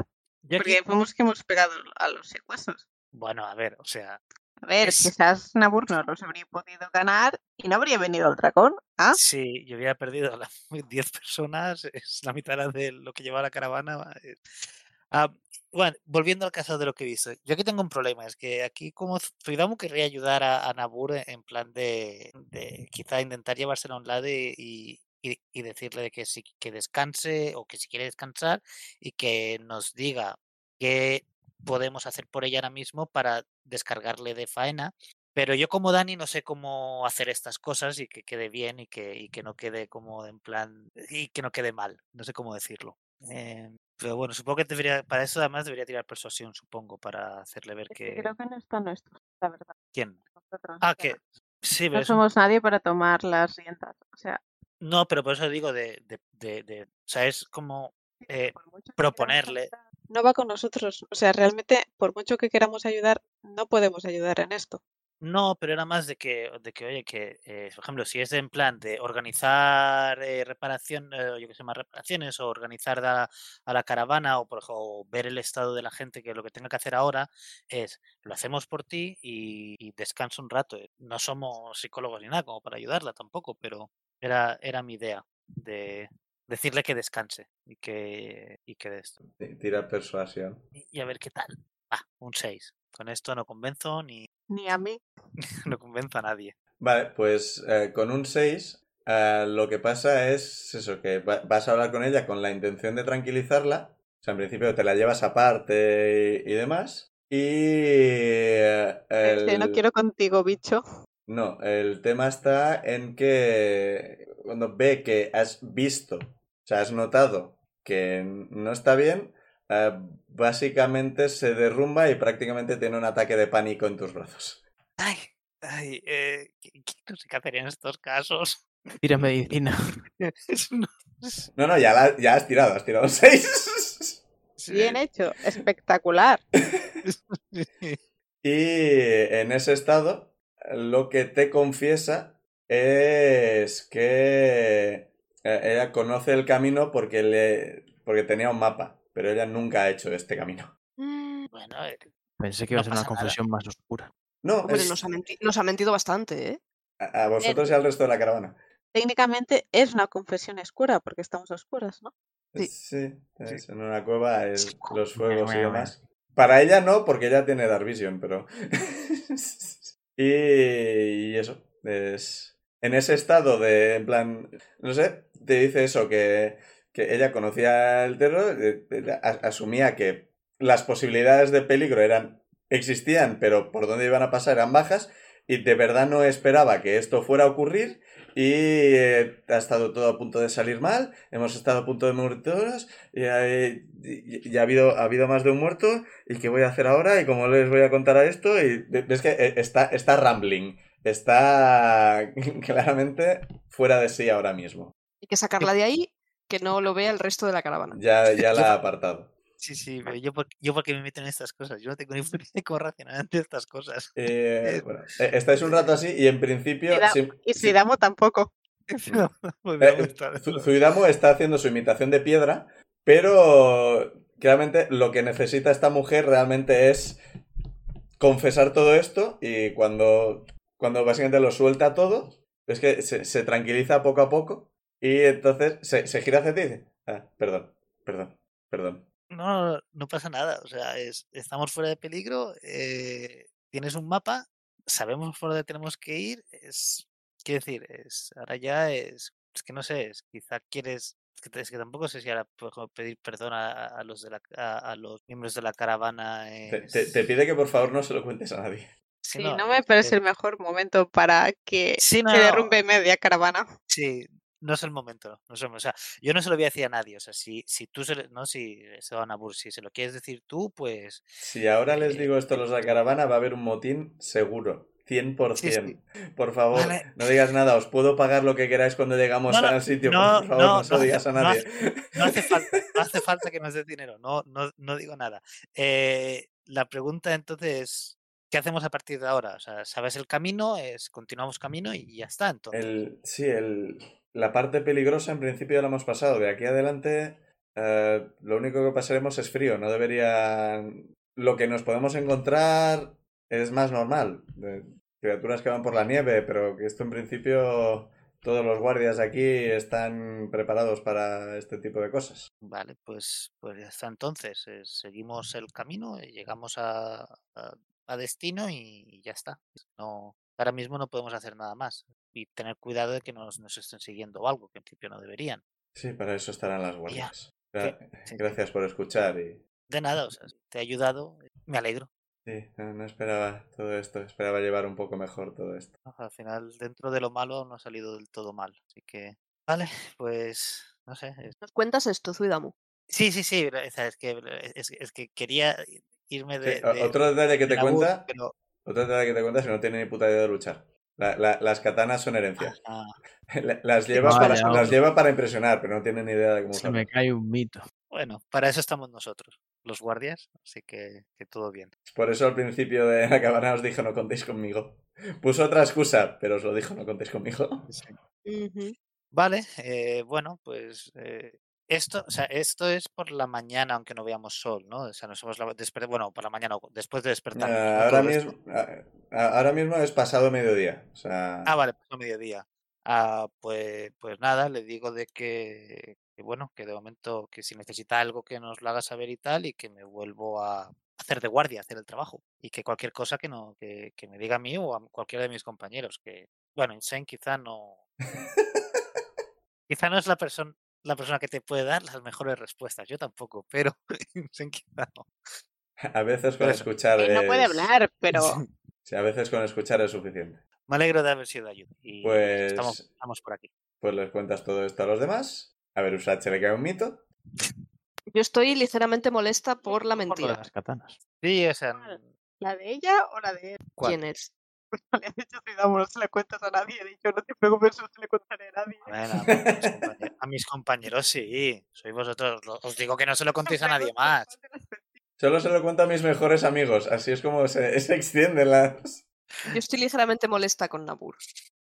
C: yo aquí-
G: Porque fuimos que hemos pegado a los secuazos.
C: Bueno, a ver, o sea,
G: A ver,
C: Es-
G: quizás Nabur no los habría podido ganar y no habría venido el dragón. Ah,
C: si yo hubiera perdido a las 10 personas, es la mitad la de lo que llevaba la caravana. va, eh. Ah, bueno, volviendo al caso de lo que he visto, yo aquí tengo un problema, es que aquí como Z- Zuidamu querría ayudar a, a Nabur en- en plan de, de quizá intentar llevárselo a un lado y, y- y- y decirle de que, si, que descanse o que si quiere descansar y que nos diga qué podemos hacer por ella ahora mismo para descargarle de faena Pero yo como Dani no sé cómo hacer estas cosas y que quede bien y que, y que no quede como en plan y que no quede mal. No sé cómo decirlo. Eh, pero bueno, supongo que debería, para eso además debería tirar persuasión, supongo, para hacerle ver
E: Es que
C: que...
E: creo que no está nuestro, la verdad.
C: ¿Quién?
E: nosotros,
C: Ah,
E: o sea,
C: que... Sí, pero
E: No
C: es un-
E: somos nadie para tomar las riendas. O sea,
C: no, pero por eso digo de... de, de, de- o sea, es como... eh,
E: por mucho que queramos
C: proponerle-
E: ayudar,
G: no va con nosotros. O sea, realmente, por mucho que queramos ayudar, no podemos ayudar en esto.
C: No, pero era más de que, de que oye, que, eh, por ejemplo, si es en plan de organizar eh, reparación, eh, yo que sé, más reparaciones, o organizar da- a la caravana, o, por, ej- o ver el estado de la gente, que lo que tenga que hacer ahora es, lo hacemos por ti y, y descansa un rato. No somos psicólogos ni nada como para ayudarla tampoco, pero era, era mi idea de decirle que descanse y que, y que des-
A: T- Tira persuasión.
C: y y a ver qué tal. Ah, un 6. Con esto no convenzo ni
E: Ni a mí.
C: no convenzo a nadie.
A: Vale, pues eh, con un 6, eh, lo que pasa es eso, que va- vas a hablar con ella con la intención de tranquilizarla. O sea, en principio te la llevas aparte y, y demás. Y... eh,
E: Dice, No
A: el-
E: quiero contigo, bicho.
A: No, el tema está en que cuando ve que has visto, o sea, has notado que no está bien, eh, básicamente se derrumba y prácticamente tiene un ataque de pánico en tus brazos.
C: Ay, ay, eh, ¿qué, qué- no sé qué hacer en estos casos.
D: Tira medicina.
C: Es una- es-
A: No, no, ya, la- ya has tirado, has tirado un 6.
E: Bien hecho. Espectacular.
A: Y en ese estado, lo que te confiesa es que eh, ella conoce el camino porque, le, porque tenía un mapa, pero ella nunca ha hecho este camino. Mm.
C: Bueno, eh,
D: Pensé que iba a
C: No
D: ser una
C: pasa nada.
D: confesión más oscura.
A: No,
B: Hombre,
A: es
B: nos ha, menti- nos ha mentido bastante, ¿eh?
A: a, a vosotros y al resto de la caravana.
E: Técnicamente es una confesión oscura porque estamos a oscuras, ¿no?
A: Sí,
B: Sí.
A: es en una cueva, el- los fuegos y
D: Bueno,
A: demás.
B: ¿eh?
A: Para ella no, porque ella tiene Dark Vision, pero... y, y eso, es... En ese estado de, en plan, no sé, te dice eso, que, que ella conocía el terror, eh, eh, a- asumía que las posibilidades de peligro eran existían, pero por dónde iban a pasar eran bajas, y de verdad no esperaba que esto fuera a ocurrir, y eh, ha estado todo a punto de salir mal, hemos estado a punto de morir todos, y, eh, y- y ha, habido, ha habido más de un muerto, y qué voy a hacer ahora, y cómo les voy a contar a esto, y ve- ves que eh, está, está rambling, está claramente fuera de sí ahora mismo,
B: Hay que sacarla de ahí, que no lo vea el resto de la caravana.
A: ya, ya la ha apartado. Eh,
C: sí, sí,
A: ah.
C: pero yo porque, yo porque me meto en estas cosas. Yo no tengo ni puta idea de cómo reaccionar ante estas cosas.
A: Eh, bueno, eh, estáis un rato así y en principio...
E: Y da-
A: sim-
E: Y
A: sim-
E: Sidamo tampoco.
C: Pero, pues, me
A: Eh,
C: ha gustado.
A: Zu- Zuidamo está haciendo su imitación de piedra, pero claramente lo que necesita esta mujer realmente es confesar todo esto y cuando, cuando básicamente lo suelta todo, es que se, se tranquiliza poco a poco y entonces se, se gira hacia ti y dice, "Ah, perdón, perdón, perdón.
C: No, no, no pasa nada. O sea, es- estamos fuera de peligro. eh, tienes un mapa. Sabemos por dónde tenemos que ir. Es, quiero decir, es, ahora ya es, es que no sé, es, quizá quieres. Es que, t- es que tampoco sé si ahora puedo como pedir perdón a, a los de la, a, a los miembros de la caravana.
A: Te, te-
C: es-
A: te pide que por favor no se lo cuentes a nadie.
C: sí,
E: Sí, no me
C: es
E: parece
C: que-
E: el mejor momento para eh, que
C: Sí, no,
E: se
C: no,
E: derrumbe media caravana.
C: Sí, no es el momento, no es el mo- o sea, yo no se lo voy a decir a nadie, o sea, si, si tú se, lo- no, si se van a bur- si se lo quieres decir tú, pues
A: Si ahora les
C: Eh,
A: digo esto a los de la caravana, va a haber un motín seguro. 100%. Por favor,
C: Vale.
A: no digas nada. Os puedo pagar lo que queráis cuando llegamos
C: No, no,
A: al sitio. pero
C: no,
A: por favor, no,
C: no,
A: se lo
C: no
A: digas a
C: hace- no
A: nadie.
C: no hace falta, no hace falta que nos des dinero, no, no, no digo nada. Eh, la pregunta entonces es, ¿qué hacemos a partir de ahora? O sea, ¿sabes el camino? Es, continuamos camino y ya está, entonces.
A: El- sí, el, la parte peligrosa en principio ya la hemos pasado. De aquí adelante, eh, lo único que pasaremos es frío. No deberían... Lo que nos podemos encontrar es más normal. de criaturas que van por la nieve, pero que esto en principio... Todos los guardias de aquí están preparados para este tipo de cosas.
C: Vale, pues, pues ya está entonces. eh, seguimos el camino, eh, llegamos a, a- a destino y, y ya está. No, ahora mismo no podemos hacer nada más. Y tener cuidado de que nos, nos estén siguiendo o algo, que en principio no deberían.
A: Sí, para eso estarán las guardias. Gra-
C: Sí,
A: Gracias por escuchar y...
C: De nada, o sea, te he ayudado, eh, me alegro.
A: Sí, no, no esperaba todo esto, esperaba llevar un poco mejor todo esto.
C: ¿no? Al final, dentro de lo malo, no ha salido del todo mal. Así que, vale, pues, no sé. eh,
B: ¿Nos cuentas esto, Zuidamu?
C: Sí, sí, sí, pero, o sea, es que, eh, es, es que quería irme
A: Sí,
C: de...
A: o-
C: de-
A: otro detalle que
C: de
A: te
C: la burla,
A: cuenta,
C: pero-
A: otro detalle que te cuenta es que no tiene ni puta idea de luchar. La- la- las katanas son herencia.
C: ah,
A: La- Las lleva,
D: vaya,
A: para,
D: hombre.
A: las lleva para impresionar, pero no tiene ni idea de cómo
D: Se
A: usarlo.
D: me cae un mito.
C: Bueno, para eso estamos nosotros. los guardias, así que, que todo bien.
A: Por eso al principio de la cabana os dijo no contéis conmigo. Puso otra excusa, pero os lo dijo no contéis conmigo.
B: Ujú.
C: Vale, eh, bueno, pues eh, esto, o sea, esto es por la mañana, aunque no veamos sol, ¿no? O sea, nos hemos lava- desper- bueno, por la mañana o después de despertar.
A: Ah, ahora,
C: todo esto.
A: mismo,
G: pues.
A: ah, ah, ahora mismo es pasado mediodía. O sea,
C: Ah, vale, pues a mediodía. Ah, pues, pues nada, le digo de que, que bueno, que de momento que si necesita algo que nos lo haga saber y tal, y que me vuelvo a hacer de guardia, a hacer el trabajo. Y que cualquier cosa que no, que, que me diga a mí o a cualquiera de mis compañeros, que, bueno, Insane quizá no. Quizá no es la persona la persona que te puede dar las mejores respuestas. Yo tampoco, pero Insane quizá no.
A: a veces con
C: Pero-
A: escuchar.
G: pues, Él no puede
A: es-
G: hablar, pero
A: sí, a veces con escuchar es suficiente.
C: Me alegro de haber sido de ayuda. Y estamos,
A: Pues,
C: estamos por aquí.
A: pues les cuentas todo esto a los demás. A ver, Usach le cae un mito.
B: Yo estoy ligeramente molesta por la
D: Por lo de
B: mentira.
D: las katanas.
C: Sí, o sea,
G: Vale.
C: n-
G: ¿la de ella o la de él?
C: ¿cuál?
B: ¿Quién es?
G: Le has dicho, Zuidamo, no se le cuentas a nadie. He dicho, no te preocupes, no se le contaré a nadie.
C: Bueno, a mis, compañe- a mis compañeros sí, sois vosotros. lo- Os digo que no se lo contéis a nadie más.
A: Solo se lo cuento a mis mejores amigos. Así es como se, se extienden las.
B: Yo estoy ligeramente molesta con Nabur.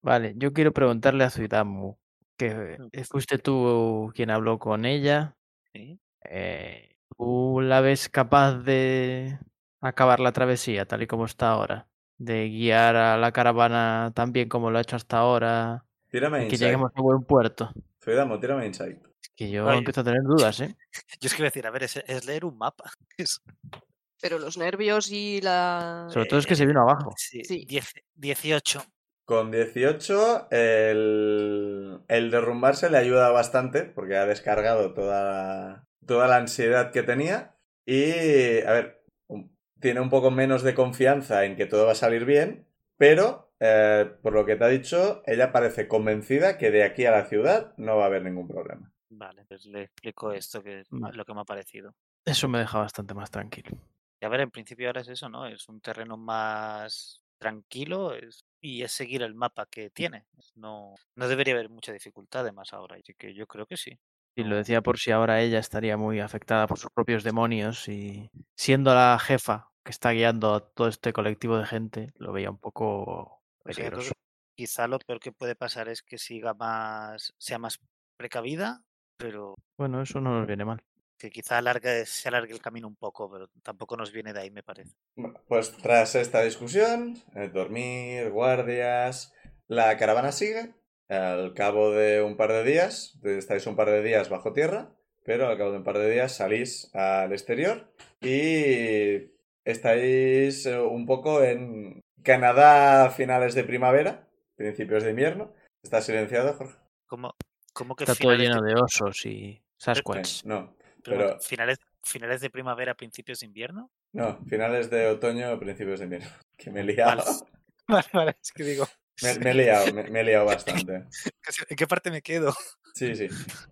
D: Vale, yo quiero preguntarle a Zuidamu, que
C: Mm.
D: eh, fuiste tú quien habló con ella.
C: Sí.
D: eh, ¿tú la ves capaz de acabar la travesía tal y como está ahora? De guiar a la caravana tan bien como lo ha hecho hasta ahora
A: Tírame
D: y que
A: insight.
D: lleguemos a buen puerto.
A: Zuidamo, tírame insight.
D: Es que yo
C: Oye.
D: empiezo a tener dudas, ¿eh?
C: Yo es que iba a decir, a ver, es, es leer un mapa. Es-
B: Pero los nervios y la...
D: Sobre todo es que se vino abajo.
C: sí,
B: Sí.
C: diez- 18.
A: Con 18, el, el derrumbarse le ayuda bastante porque ha descargado toda la, toda la ansiedad que tenía. Y, a ver, un- tiene un poco menos de confianza en que todo va a salir bien, pero, eh, por lo que te ha dicho, ella parece convencida que de aquí a la ciudad no va a haber ningún problema.
C: Vale, pues le explico esto, que es
D: Vale.
C: lo que me ha parecido.
D: Eso me deja bastante más tranquilo.
C: Y a ver, en principio ahora es eso, ¿no? Es un terreno más tranquilo es- y es seguir el mapa que tiene. Es No, no debería haber mucha dificultad además ahora, así que yo creo que sí.
D: Y lo
C: No-
D: decía por si ahora ella estaría muy afectada por sus propios demonios y siendo la jefa que está guiando a todo este colectivo de gente, lo veía un poco
C: O sea, yo creo
D: peligroso.
C: que quizá lo peor que puede pasar es que siga más, sea más precavida, pero
D: Bueno, eso no nos viene mal.
C: que quizá alargue, se alargue el camino un poco, pero tampoco nos viene de ahí, me parece.
A: Bueno, pues tras esta discusión, eh, dormir, guardias, la caravana sigue. Al cabo de un par de días, estáis un par de días bajo tierra, pero al cabo de un par de días salís al exterior y estáis eh, un poco en Canadá a finales de primavera, principios de invierno. ¿Está silenciado, Jorge?
C: ¿Cómo, cómo que
D: Está todo
C: finales
D: lleno
C: de,
D: de osos y Sasquatch.
A: Eh, no,
C: pero bueno,
A: pero-
C: finales, finales de primavera, principios de invierno?
A: no, finales de otoño, principios de invierno. Que me he liado.
C: Vale. Vale, vale, es que digo,
A: Me, me he liado, me- me he liado bastante.
C: ¿en qué parte me quedo?
A: Sí, sí.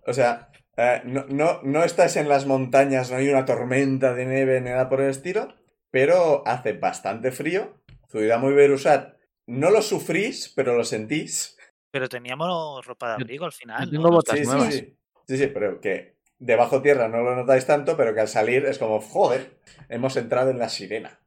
A: O sea, eh, no, no, no estás en las montañas, no hay una tormenta de nieve ni nada por el estilo, pero hace bastante frío. Zuidamo y Berusat no lo sufrís, pero lo sentís.
C: Pero teníamos ropa de
D: Yo-
C: abrigo al final.
D: tengo
C: ¿no? Nos-
D: botas
A: Sí, sí,
D: nuevas.
A: sí. Sí, sí, pero que debajo tierra no lo notáis tanto, pero que al salir es como, joder, hemos entrado en la sirena.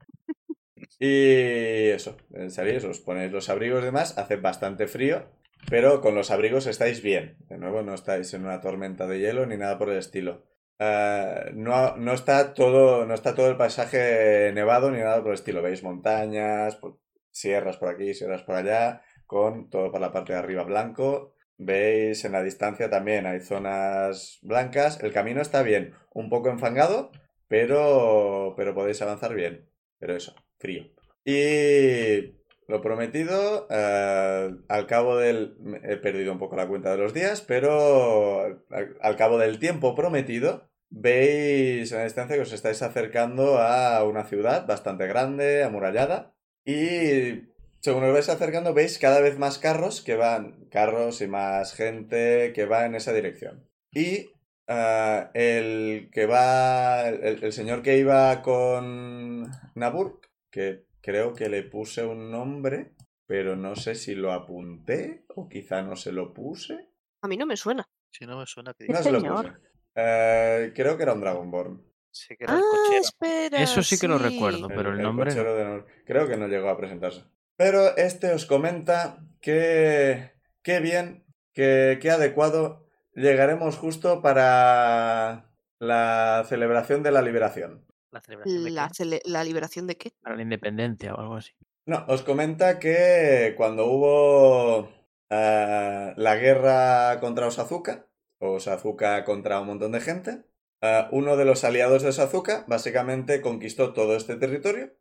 A: Y eso, en serio, os ponéis los abrigos y demás, hace bastante frío, pero con los abrigos estáis bien. De nuevo, no estáis en una tormenta de hielo ni nada por el estilo. Eh, no, no, está todo, no está todo el paisaje nevado ni nada por el estilo. Veis montañas, pu- sierras por aquí, sierras por allá, con todo por la parte de arriba blanco. Veis en la distancia también hay zonas blancas. El camino está bien, un poco enfangado, pero, pero podéis avanzar bien. Pero eso, frío. Y lo prometido, eh, al cabo del... me- He perdido un poco la cuenta de los días, pero al, al cabo del tiempo prometido, veis en la distancia que os estáis acercando a una ciudad bastante grande, amurallada, y según os vais acercando veis cada vez más carros que van, carros y más gente que va en esa dirección. Y Ah, el que va, el, el señor que iba con Nabur, que creo que le puse un nombre, pero no sé si lo apunté o quizá no se lo puse.
B: A mí no me suena.
C: Si no me suena que
A: No
C: diga-
A: se lo
E: señor.
A: puse. Eh, creo que era un Dragonborn.
C: Sí, que era el
B: Ah,
C: cochero.
B: espera.
D: Eso sí que lo recuerdo.
B: sí.
D: pero el nombre
A: cochero de honor. Creo que no llegó a presentarse. Pero este os comenta que. Qué bien, que qué adecuado. Llegaremos justo para la celebración de la liberación.
C: La celebración de
B: La,
C: qué?
B: cele- ¿La liberación de qué?
D: para la independencia o algo así.
A: No, os comenta que cuando hubo eh, la guerra contra Osazuka, o Osazuka contra un montón de gente, eh, uno de los aliados de Osazuka básicamente conquistó todo este territorio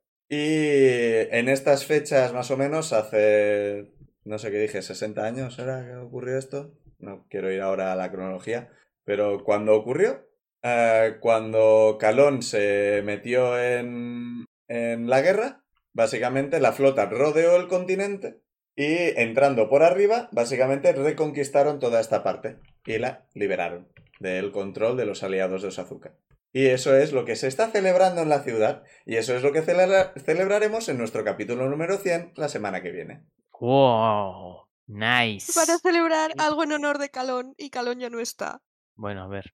A: y en estas fechas más o menos hace, no sé qué dije, 60 años era que ocurrió esto, no quiero ir ahora a la cronología, pero cuando ocurrió, eh, cuando Calón se metió en, en la guerra, Básicamente la flota rodeó el continente y entrando por arriba, básicamente reconquistaron toda esta parte y la liberaron del control de los aliados de Osazuka. Y eso es lo que se está celebrando en la ciudad y eso es lo que celebra- celebraremos en nuestro capítulo número 100 la semana que viene.
D: ¡Wow! Nice.
B: Para celebrar algo en honor de Calón y Calón ya no está.
D: Bueno, a ver,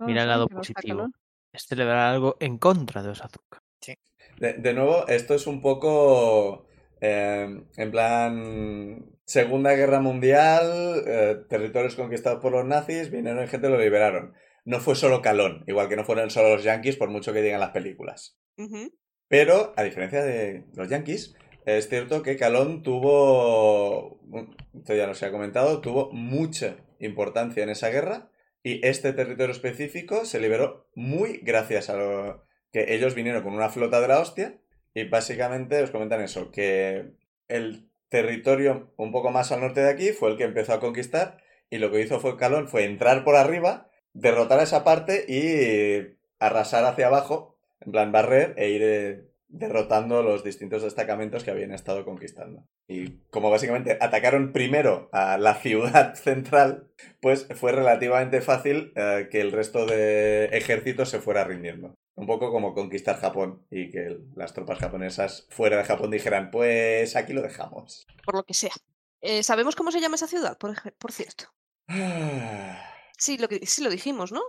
E: No
D: mira el
E: sé,
D: lado
E: que no está
D: positivo.
E: calor.
D: Es celebrar algo en contra de Osazuka.
A: De, de nuevo, esto es un poco eh, en plan Segunda Guerra Mundial, eh, territorios conquistados por los nazis, vinieron gente y lo liberaron. No fue solo Calón, igual que no fueron solo los yankees, por mucho que digan las películas.
B: Ujú.
A: Pero, a diferencia de los yankees, es cierto que Calón tuvo, esto ya nos ha comentado, tuvo mucha importancia en esa guerra y este territorio específico se liberó muy gracias a lo que ellos vinieron con una flota de la hostia y básicamente os comentan eso, que el territorio un poco más al norte de aquí fue el que empezó a conquistar y lo que hizo fue Calón fue entrar por arriba, derrotar a esa parte y arrasar hacia abajo en plan barrer e ir eh, derrotando los distintos destacamentos que habían estado conquistando. Y como básicamente atacaron primero a la ciudad central, pues fue relativamente fácil eh, que el resto de ejércitos se fuera rindiendo. Un poco como conquistar Japón y que el- las tropas japonesas fuera de Japón dijeran, pues aquí lo dejamos.
B: Por lo que sea. Eh, ¿Sabemos cómo se llama esa ciudad, por, ej- por cierto? Sí lo, que, sí lo dijimos, ¿no?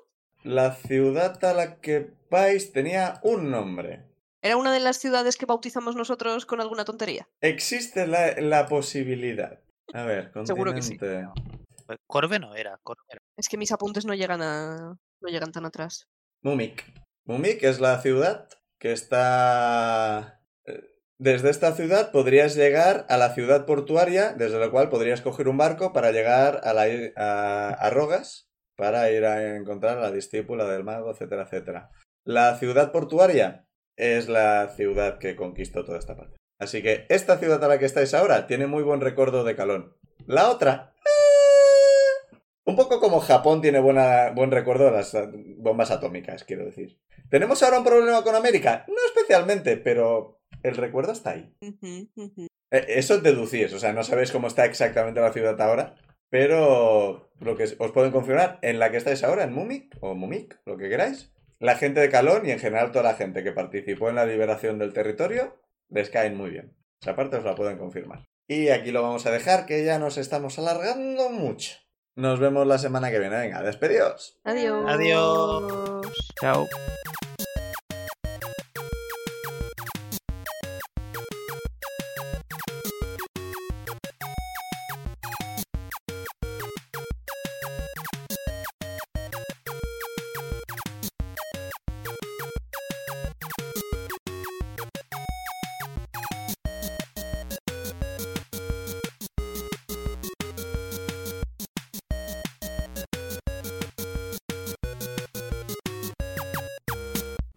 A: La ciudad a la que vais tenía un nombre.
B: Era una de las ciudades que bautizamos nosotros con alguna tontería.
A: Existe la, la posibilidad. A ver, continente.
B: Seguro que sí.
C: Pues Corbe no era, Corbe era.
B: Es que mis apuntes no llegan a. no llegan tan atrás.
A: Mumik. Mumik es la ciudad que está... eh, Desde esta ciudad podrías llegar a la ciudad portuaria, desde la cual podrías coger un barco para llegar a, la i- a, a Rogas, para ir a encontrar a la discípula del mago, etcétera, etcétera. La ciudad portuaria es la ciudad que conquistó toda esta parte. Así que esta ciudad a la que estáis ahora tiene muy buen recuerdo de Calón. La otra... ¡eh! Un poco como Japón tiene buena, buen recuerdo de las eh, bombas atómicas, quiero decir. ¿Tenemos ahora un problema con América? No especialmente, pero el recuerdo está ahí.
B: Ujú, ujú.
A: Eh, Eso deducís, o sea, no sabéis cómo está exactamente la ciudad ahora, pero lo que os pueden confirmar, en la que estáis ahora, en Mumik, o Mumik, lo que queráis, la gente de Calón y en general toda la gente que participó en la liberación del territorio, les caen muy bien. Esa parte os la pueden confirmar. Y aquí lo vamos a dejar, que ya nos estamos alargando mucho. Nos vemos la semana que viene, venga, despedidos.
B: Adiós.
C: Adiós.
D: Chao.